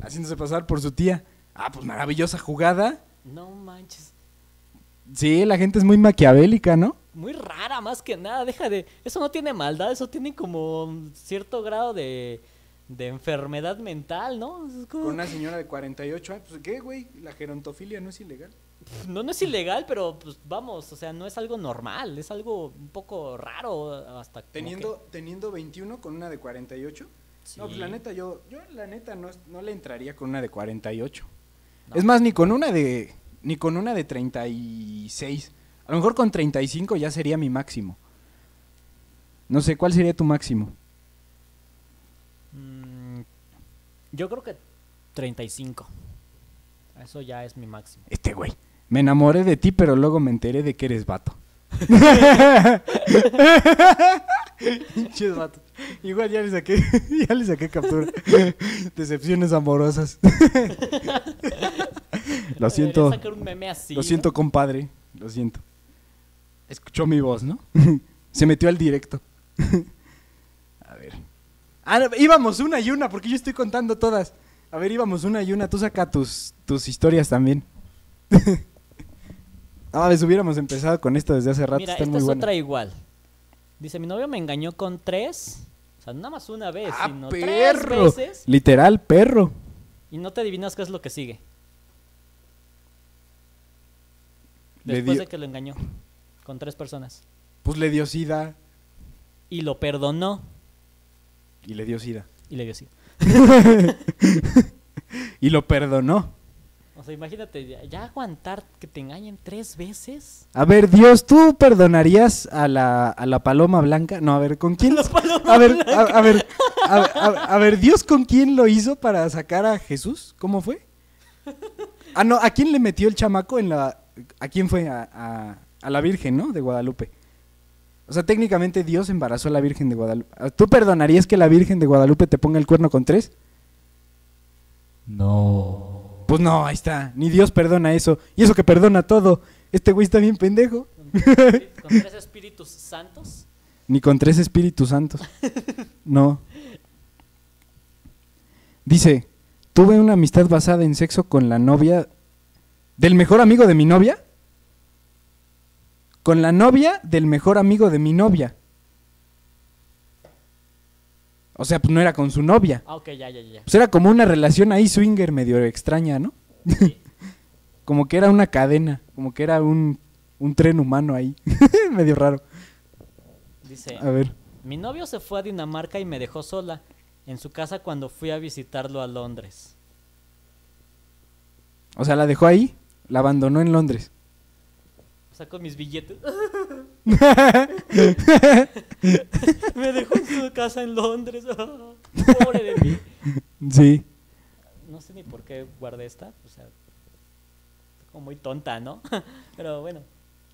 S1: haciéndose pasar por su tía. Ah, pues maravillosa jugada.
S2: No manches.
S1: Sí, la gente es muy maquiavélica, ¿no?
S2: Muy rara, más que nada. Deja de. Eso no tiene maldad, eso tiene como un cierto grado de, de enfermedad mental, ¿no? Es como-
S1: Con una señora de 48 años, pues qué, güey, la gerontofilia no es ilegal.
S2: No, no es ilegal, pero pues vamos, o sea, no es algo normal, es algo un poco raro hasta como que-
S1: Teniendo teniendo 21 con una de 48? No, pues
S2: Sí.
S1: la neta yo yo la neta no es- no le entraría con una de 48.
S2: No.
S1: Es más ni con una de ni con una de 36. A lo mejor con 35 ya sería mi máximo. No sé cuál sería tu máximo.
S2: Mm, yo creo que 35. Eso ya es mi máximo.
S1: Este güey. Me enamoré de ti, pero luego me enteré de que eres vato. Pinches vatos. Igual ya le saqué, ya le saqué captura. Decepciones amorosas. lo
S2: Debería
S1: siento,
S2: sacar un meme así,
S1: lo
S2: ¿no?
S1: siento, compadre. Lo siento. Escuchó mi voz, ¿no? Se metió al directo. A ver. Ah, no, íbamos una y una, porque yo estoy contando todas. A ver, íbamos una y una. Tú saca tus, tus historias también. Ah, les hubiéramos empezado con esto desde hace rato.
S2: Mira, esta
S1: están
S2: es
S1: muy buenas.
S2: otra igual. Dice, mi novio me engañó con tres. O sea, nada más una vez,
S1: Ah,
S2: sino
S1: perro.
S2: tres veces.
S1: Literal, perro.
S2: Y no te adivinas qué es lo que sigue.
S1: Le
S2: Después
S1: dio-
S2: de que lo engañó. Con tres personas.
S1: Pues le dio sida.
S2: Y lo perdonó.
S1: Y le dio sida.
S2: Y le dio así.
S1: Y lo perdonó.
S2: O sea, imagínate, ya, ya aguantar que te engañen tres veces.
S1: A ver, Dios, ¿tú perdonarías a la, a la paloma blanca? No, a ver, ¿con quién? a ver, a, a ver, a, a- a ver, ¿Dios con quién lo hizo para sacar a Jesús? ¿Cómo fue? Ah, no, ¿a quién le metió el chamaco en la... ¿A quién fue? A, a- a la Virgen, ¿no? De Guadalupe. O sea, técnicamente Dios embarazó a la Virgen de Guadalupe. Ah, ¿Tú perdonarías que la Virgen de Guadalupe te ponga el cuerno con tres?
S3: No.
S1: Pues no, ahí está. Ni Dios perdona eso. Y eso que perdona todo. Este güey está bien pendejo.
S2: Con tres- con tres espíritus santos.
S1: Ni con tres espíritus santos. No. Dice, tuve una amistad basada en sexo con la novia del mejor amigo de mi novia. Con la novia del mejor amigo de mi novia. O sea, pues no era con su novia.
S2: Ah, ok, ya, ya, ya.
S1: Pues era como una relación ahí swinger medio extraña, ¿no?
S2: Sí.
S1: Como que era una cadena, como que era un, un tren humano ahí. medio raro.
S2: Dice,
S1: A ver.
S2: mi novio se fue a Dinamarca y me dejó sola en su casa cuando fui a visitarlo a Londres.
S1: O sea, la dejó ahí, la abandonó en Londres.
S2: Saco mis billetes. me dejó en su casa en Londres. Pobre de mí.
S1: Sí.
S2: No sé ni por qué guardé esta. O sea, o muy tonta, ¿no? Pero bueno,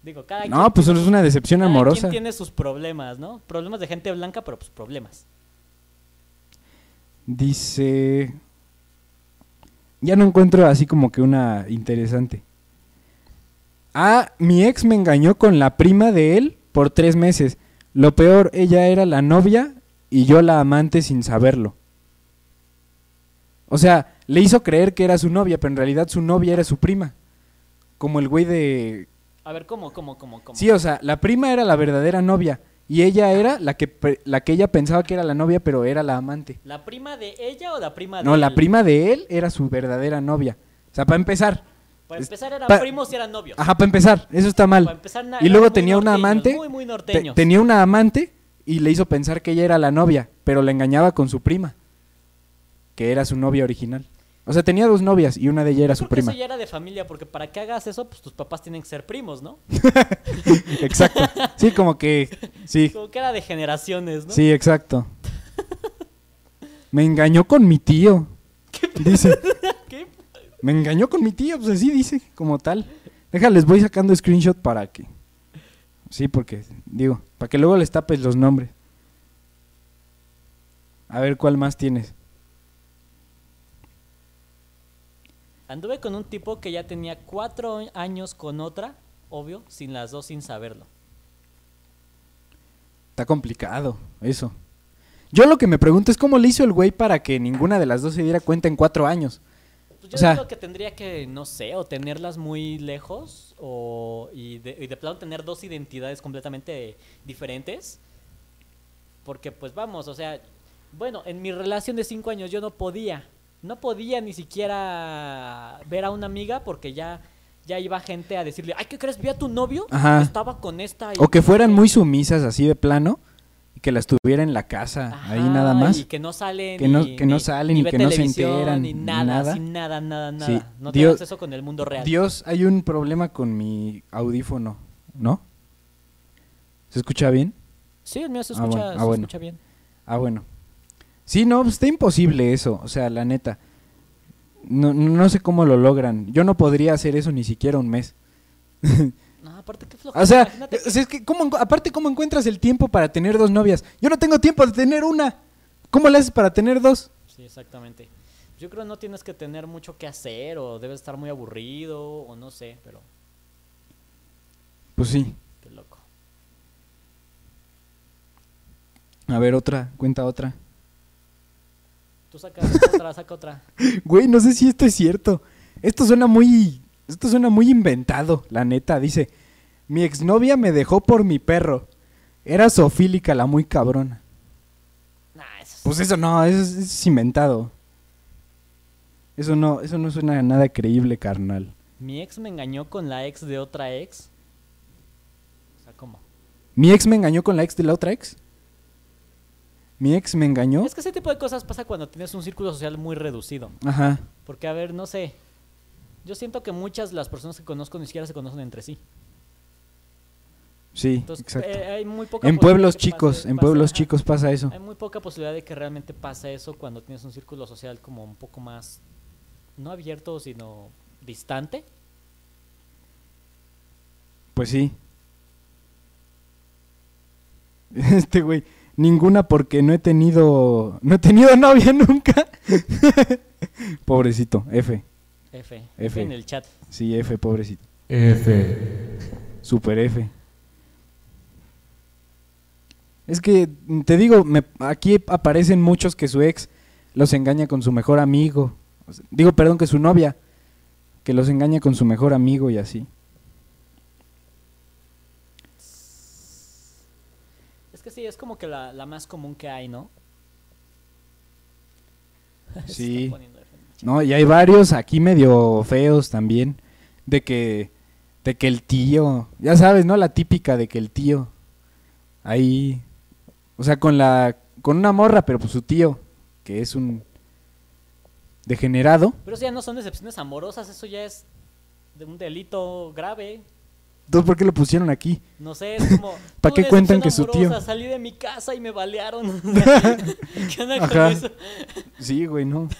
S2: digo, cada
S1: No, pues solo es una decepción
S2: cada
S1: amorosa.
S2: quien tiene sus problemas, ¿no? Problemas de gente blanca, pero pues problemas.
S1: Dice. Ya no encuentro así como que una interesante. Ah, mi ex me engañó con la prima de él por tres meses. Lo peor, ella era la novia y yo la amante sin saberlo. O sea, le hizo creer que era su novia, pero en realidad su novia era su prima. Como el güey de
S2: A ver, ¿cómo, cómo, cómo, cómo?
S1: Sí, o sea, la prima era la verdadera novia y ella era la que pre- la que ella pensaba que era la novia, pero era la amante.
S2: ¿La prima de ella o la prima de
S1: No, la
S2: él?
S1: prima de él era su verdadera novia. O sea, para empezar,
S2: Para empezar eran
S1: Pa-
S2: primos y eran novios.
S1: ajá, para empezar, eso está
S2: Para
S1: mal.
S2: empezar, na-
S1: Y luego
S2: eran muy
S1: tenía una
S2: norteños,
S1: amante,
S2: Muy, muy
S1: Te-
S2: norteños.
S1: tenía una amante y le hizo pensar que ella era la novia, pero la engañaba con su prima, que era su novia original. O sea, tenía dos novias y una de ellas era su
S2: Creo que
S1: prima.
S2: Eso ya era de familia, porque para que hagas eso, pues tus papás tienen que ser primos, ¿no?
S1: Exacto. Sí, como que sí.
S2: Como que era de generaciones, ¿no?
S1: Sí, exacto. Me engañó con mi tío. Dice.
S2: ¿Qué?
S1: Me engañó con mi tío, pues así dice, como tal. Déjales, voy sacando screenshot para que. Sí, porque, digo, para que luego les tapes los nombres. A ver cuál más tienes.
S2: Anduve con un tipo que ya tenía cuatro años con otra, obvio, sin las dos sin saberlo.
S1: Está complicado, eso. Yo lo que me pregunto es cómo le hizo el güey para que ninguna de las dos se diera cuenta en cuatro años.
S2: Pues
S1: O
S2: yo
S1: sea-
S2: creo que tendría que, no sé, o tenerlas muy lejos, o y de, y de plano tener dos identidades completamente diferentes. Porque pues vamos, o sea, bueno, en mi relación de cinco años yo no podía, no podía ni siquiera ver a una amiga porque ya, ya iba gente a decirle, ay, ¿qué crees? Vi a tu novio,
S1: Ajá.
S2: estaba con esta. y
S1: O que fueran
S2: no sé".
S1: muy sumisas así de plano y que las tuviera en la casa, ahí
S2: Ajá,
S1: nada más.
S2: Y que no salen.
S1: Que no-
S2: y
S1: que no
S2: ni-
S1: salen y
S2: ve
S1: que no se
S2: televisión,
S1: enteran,
S2: Ni
S1: ni
S2: nada,
S1: nada.
S2: así nada, nada, nada.
S1: Sí,
S2: No
S1: Dios-
S2: tengas eso con el mundo real.
S1: Dios, hay un problema con mi audífono, ¿no? ¿Se escucha bien?
S2: Sí, el mío se
S1: Ah,
S2: escucha,
S1: bueno, ah,
S2: se
S1: bueno.
S2: escucha bien.
S1: Ah, bueno. Sí, no, pues, está imposible eso, o sea, la neta. No, no sé cómo lo logran. Yo no podría hacer eso ni siquiera un mes.
S2: No, aparte qué flojera.
S1: O sea,
S2: imagínate que-
S1: o sea, es que ¿cómo encu- aparte, ¿cómo encuentras el tiempo para tener dos novias? Yo no tengo tiempo de tener una. ¿Cómo le haces para tener dos?
S2: Sí, exactamente. Yo creo no tienes que tener mucho que hacer o debes estar muy aburrido o no sé, pero
S1: Pues sí.
S2: qué loco.
S1: A ver, otra, cuenta otra.
S2: Tú saca saca otra, saca otra.
S1: Güey, no sé si esto es cierto. Esto suena muy. Esto suena muy inventado, la neta. Dice: Mi exnovia me dejó por mi perro. Era zoofílica, la muy cabrona.
S2: Nah, eso es-
S1: Pues eso no, eso es, eso es inventado. Eso no, eso no suena a nada creíble, carnal.
S2: Mi ex me engañó con la ex de otra ex. O sea, ¿cómo?
S1: Mi ex me engañó con la ex de la otra ex. Mi ex me engañó.
S2: Es que ese tipo de cosas pasa cuando tienes un círculo social muy reducido.
S1: Ajá.
S2: Porque, a ver, no sé. Yo siento que muchas de las personas que conozco ni siquiera se conocen entre sí.
S1: Sí,
S2: Entonces,
S1: exacto.
S2: eh, hay muy poca
S1: en
S2: posibilidad
S1: pueblos
S2: que
S1: chicos,
S2: pase-
S1: en
S2: pase-
S1: pueblos
S2: ajá.
S1: chicos pasa eso.
S2: Hay muy poca posibilidad de que realmente pase eso cuando tienes un círculo social como un poco más, no abierto, sino distante.
S1: Pues sí. Este güey, ninguna porque no he tenido no he tenido novia nunca. pobrecito, F.
S2: F, F.
S1: F.
S2: en el chat.
S1: Sí, F, pobrecito.
S3: F.
S1: Super F. Es que mm, te digo, me- aquí aparecen muchos que su ex los engaña con su mejor amigo. O sea, Digo, perdón, que su novia que los engaña con su mejor amigo y así.
S2: Es que sí, es como que la, la más común que hay, ¿no? Se está
S1: Sí.
S2: poniendo F en el chat.
S1: No, y hay varios aquí medio feos también. De que, de que el tío, ya sabes, ¿no? La típica de que el tío, ahí, o sea, con la, con una morra, pero pues su tío, que es un degenerado.
S2: Pero eso ya no son decepciones amorosas, eso ya es de un delito grave.
S1: Entonces, ¿por qué lo pusieron aquí?
S2: No sé, es como.
S1: ¿Pa'
S2: "Tu
S1: qué cuentan
S2: decepción
S1: que su tío?
S2: amorosa, Salí de mi casa y me balearon. ¿Qué onda con
S1: Ajá.
S2: eso?
S1: Sí, güey, no.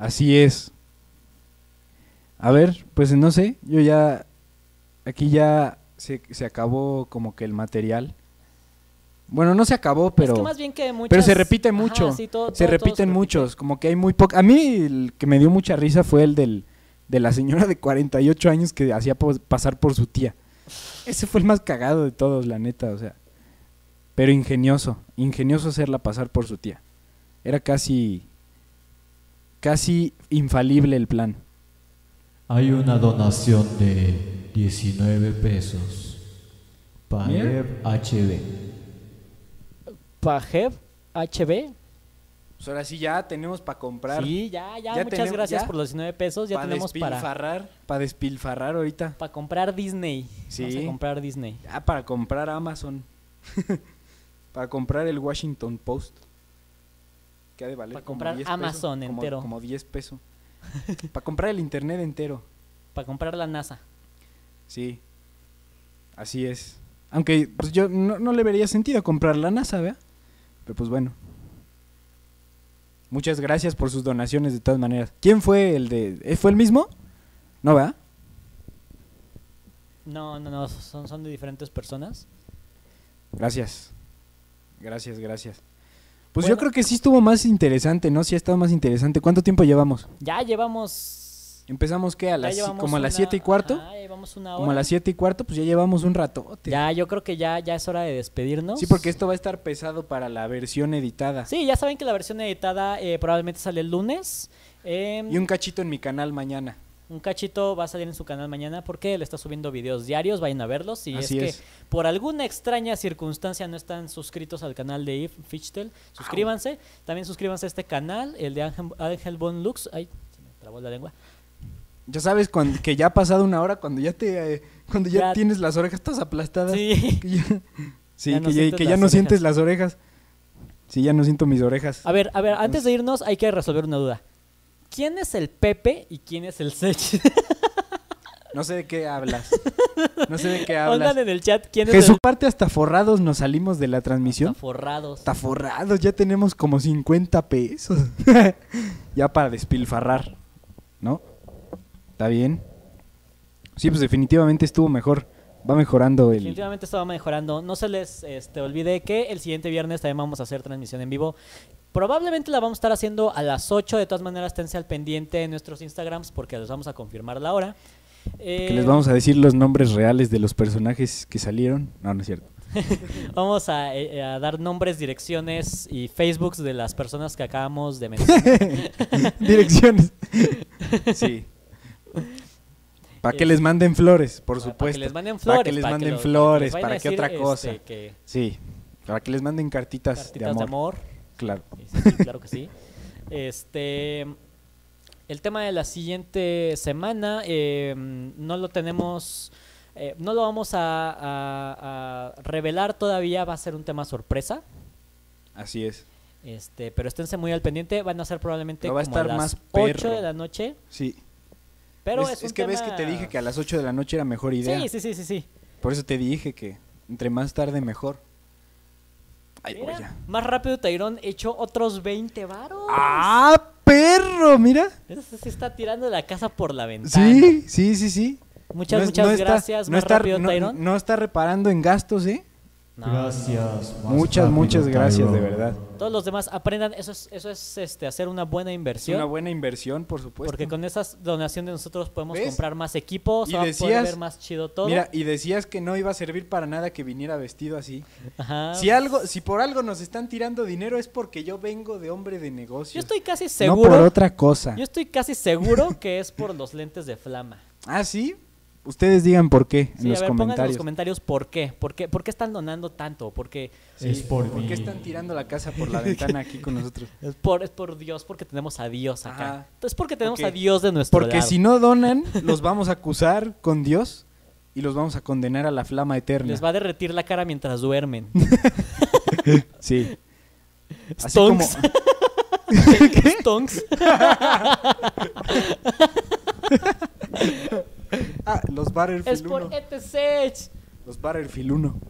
S1: Así es. A ver, pues no sé, yo ya... Aquí ya se, se acabó como que el material. Bueno, no se acabó, pero...
S2: es que más bien que muchas...
S1: Pero se repite
S2: Ajá,
S1: mucho. se
S2: sí, todo- todo- todo
S1: repiten
S2: repite.
S1: muchos, como que hay muy poca. A mí el que me dio mucha risa fue el del de la señora de 48 años que hacía po- pasar por su tía. Ese fue el más cagado de todos, la neta, o sea. Pero ingenioso, ingenioso hacerla pasar por su tía. Era casi casi infalible el plan.
S3: Hay una donación de 19 pesos.
S1: Mira.
S3: Paev HB.
S2: Pajeb, HB.
S1: Pues ahora sí ya tenemos para comprar,
S2: Sí, ya, ya,
S1: Ya
S2: muchas
S1: tenemos-
S2: gracias
S1: ya.
S2: por los 19 pesos. Ya
S1: para
S2: tenemos para,
S1: despilfarrar, para despilfarrar ahorita.
S2: para comprar Disney.
S1: Sí.
S2: Vamos a comprar Disney.
S1: Ah, para comprar Amazon. para comprar el Washington Post. Que ha de valer
S2: Para
S1: como
S2: comprar
S1: 10 pesos,
S2: Amazon
S1: como-
S2: entero.
S1: Como 10 pesos. para comprar el internet entero.
S2: Para comprar la NASA.
S1: Sí. Así es. Aunque pues yo no, no le vería sentido comprar la NASA, ¿verdad? Pero pues bueno. Muchas gracias por sus donaciones de todas maneras. ¿Quién fue el de eh, fue el mismo? No, ¿verdad?
S2: No, no, no, son, son de diferentes personas.
S1: Gracias. Gracias, gracias. Pues yo
S2: Bueno.
S1: creo que sí estuvo más interesante, ¿no? Sí ha estado más interesante. ¿Cuánto tiempo llevamos?
S2: Ya llevamos...
S1: Empezamos que a
S2: ya
S1: las
S2: llevamos
S1: como a las
S2: una-
S1: 7 y cuarto,
S2: ajá, llevamos una
S1: como a
S2: hora.
S1: las 7 y cuarto, pues ya llevamos un ratote.
S2: Ya, yo creo que ya, ya es hora de despedirnos.
S1: Sí, porque esto va a estar pesado para la versión editada.
S2: Sí, ya saben que la versión editada eh, probablemente sale el lunes. Eh,
S1: Y un cachito en mi canal mañana.
S2: un cachito va a salir en su canal mañana porque él está subiendo videos diarios, vayan a verlos. Si
S1: Así
S2: es que
S1: es.
S2: por alguna extraña circunstancia no están suscritos al canal de If Fichtel, suscríbanse. También suscríbanse a este canal, el de Ángel, Ángel Von Lux. Ay, se me trabó la lengua.
S1: Ya sabes cuan- que ya ha pasado una hora cuando ya te eh, cuando ya,
S2: Ya-
S1: tienes las orejas todas aplastadas.
S2: Sí.
S1: Que ya, sí,
S2: Ya
S1: que
S2: no
S1: ya,
S2: sientes
S1: que ya
S2: las
S1: no
S2: orejas.
S1: sientes las orejas. Sí, ya no siento mis orejas.
S2: A ver, a ver, antes de irnos hay que resolver una duda. ¿Quién es el Pepe y quién es el Sech?
S1: No sé de qué hablas. No sé de qué hablas.
S2: Pongan en el chat quién es
S1: Jesús,
S2: el
S1: parte hasta forrados nos salimos de la transmisión.
S2: Taforrados.
S1: Hasta forrados, ya tenemos como 50 pesos. ya para despilfarrar, ¿no? ¿Está bien? Sí, pues definitivamente estuvo mejor. Va mejorando el...
S2: Definitivamente esto va mejorando. No se les este, olvide que el siguiente viernes también vamos a hacer transmisión en vivo. Probablemente la vamos a estar haciendo a las 8. De todas maneras, tense al pendiente en nuestros Instagrams porque les vamos a confirmar la hora.
S1: Que
S2: Eh,
S1: les vamos a decir los nombres reales de los personajes que salieron. No, no es cierto.
S2: vamos a, eh, a dar nombres, direcciones y Facebooks de las personas que acabamos de mencionar.
S1: Direcciones. sí. Para que les manden flores, por
S2: Para Eh, que
S1: supuesto.
S2: les manden flores.
S1: Para que les manden
S2: lo-
S1: flores,
S2: vayan a
S1: para que
S2: decir,
S1: otra cosa.
S2: este, que
S1: Sí, para que les manden cartitas,
S2: cartitas
S1: de, amor.
S2: de amor.
S1: Claro.
S2: Sí, sí, claro que sí. Este, el tema de la siguiente semana eh, no lo tenemos, eh, no lo vamos a, a- a revelar todavía, va a ser un tema sorpresa.
S1: Así es.
S2: Este, pero esténse muy al pendiente, van a ser probablemente
S1: Pero va a
S2: como
S1: estar
S2: las
S1: más perro.
S2: 8 de la noche.
S1: Sí.
S2: Pero
S1: es,
S2: es, un
S1: es que ves que te
S2: tema-
S1: dije que a las 8 de la noche era mejor idea.
S2: Sí, sí, sí, sí, sí.
S1: Por eso te dije que entre más tarde mejor. Ay,
S2: Mira,
S1: güey, ya.
S2: más rápido Tairón echó otros 20 varos.
S1: ¡Ah, perro! Mira.
S2: Ese sí está tirando la casa por la ventana.
S1: Sí, sí, sí, sí.
S2: Muchas,
S1: No es-
S2: muchas
S1: no está-
S2: gracias.
S1: no
S2: más
S1: está-
S2: rápido
S1: no-
S2: Tairón.
S1: no está reparando en gastos, ¿eh?
S2: No.
S3: Gracias. más
S1: Muchas,
S3: rápido,
S1: muchas gracias, de
S3: Tyrone.
S1: verdad.
S2: Todos los demás aprendan, eso es, eso es este, hacer una buena
S1: Es
S2: inversión.
S1: una buena inversión, por supuesto.
S2: porque con esas donaciones nosotros podemos
S1: ¿Ves?
S2: comprar más equipos,
S1: Y
S2: se va a poder
S1: decías-
S2: ver más chido todo.
S1: Mira, y decías que no iba a servir para nada que viniera vestido así.
S2: Ajá.
S1: Si algo, si por algo nos están tirando dinero es porque yo vengo de hombre de negocios.
S2: yo estoy casi
S1: No por
S2: seguro,
S1: otra cosa.
S2: yo estoy casi seguro que es por los lentes de flama.
S1: Ah, sí. Ustedes digan por qué en
S2: Sí,
S1: los
S2: a ver, pongan en
S1: comentarios.
S2: los comentarios por qué, por qué, por qué están donando tanto, porque
S1: Sí,
S3: Es por mí.
S1: qué están tirando la casa por la ventana aquí con nosotros?
S2: es por, es por Dios, porque tenemos a Dios
S1: Ajá.
S2: acá. Es porque tenemos a
S1: Porque-
S2: Dios de nuestro
S1: Porque
S2: lado.
S1: si no donan, los vamos a acusar con Dios y los vamos a condenar a la flama eterna.
S2: Les va a derretir la cara mientras duermen.
S1: Sí. Así
S2: Stonks.
S1: como-
S2: Stonks.
S1: Ah, los Butterfield
S2: Es por
S1: uno.
S2: ETC.
S1: Los Butterfield uno.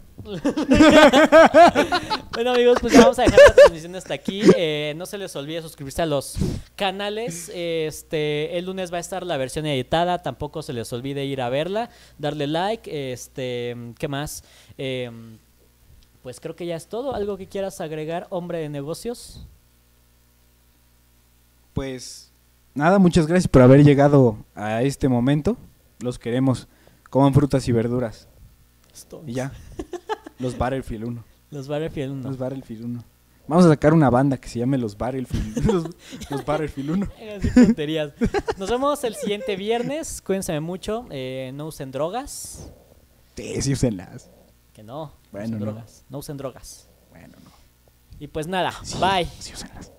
S2: Bueno, amigos, pues ya vamos a dejar la transmisión hasta aquí. Eh, no se les olvide suscribirse a los canales. Este, el lunes va a estar la versión editada. Tampoco se les olvide ir a verla, darle like. Este, ¿qué más? Eh, pues creo que ya es todo. ¿Algo que quieras agregar, hombre de negocios?
S1: Pues nada, muchas gracias por haber llegado a este momento. Los queremos. Coman frutas y verduras. Y ya. Los Battlefield 1.
S2: Los Battlefield uno.
S1: Los Battlefield 1. Vamos a sacar una banda que se llame Los Battlefield, los, los Battlefield 1.
S2: Eran así tonterías. Nos vemos el siguiente viernes. Cuídense mucho. Eh, no usen drogas.
S1: Sí, sí, úsenlas.
S2: Que no. no
S1: Bueno,
S2: usen
S1: no.
S2: drogas. No usen drogas.
S1: Bueno, no.
S2: Y pues nada.
S1: Sí,
S2: Bye.
S1: Sí, úsenlas.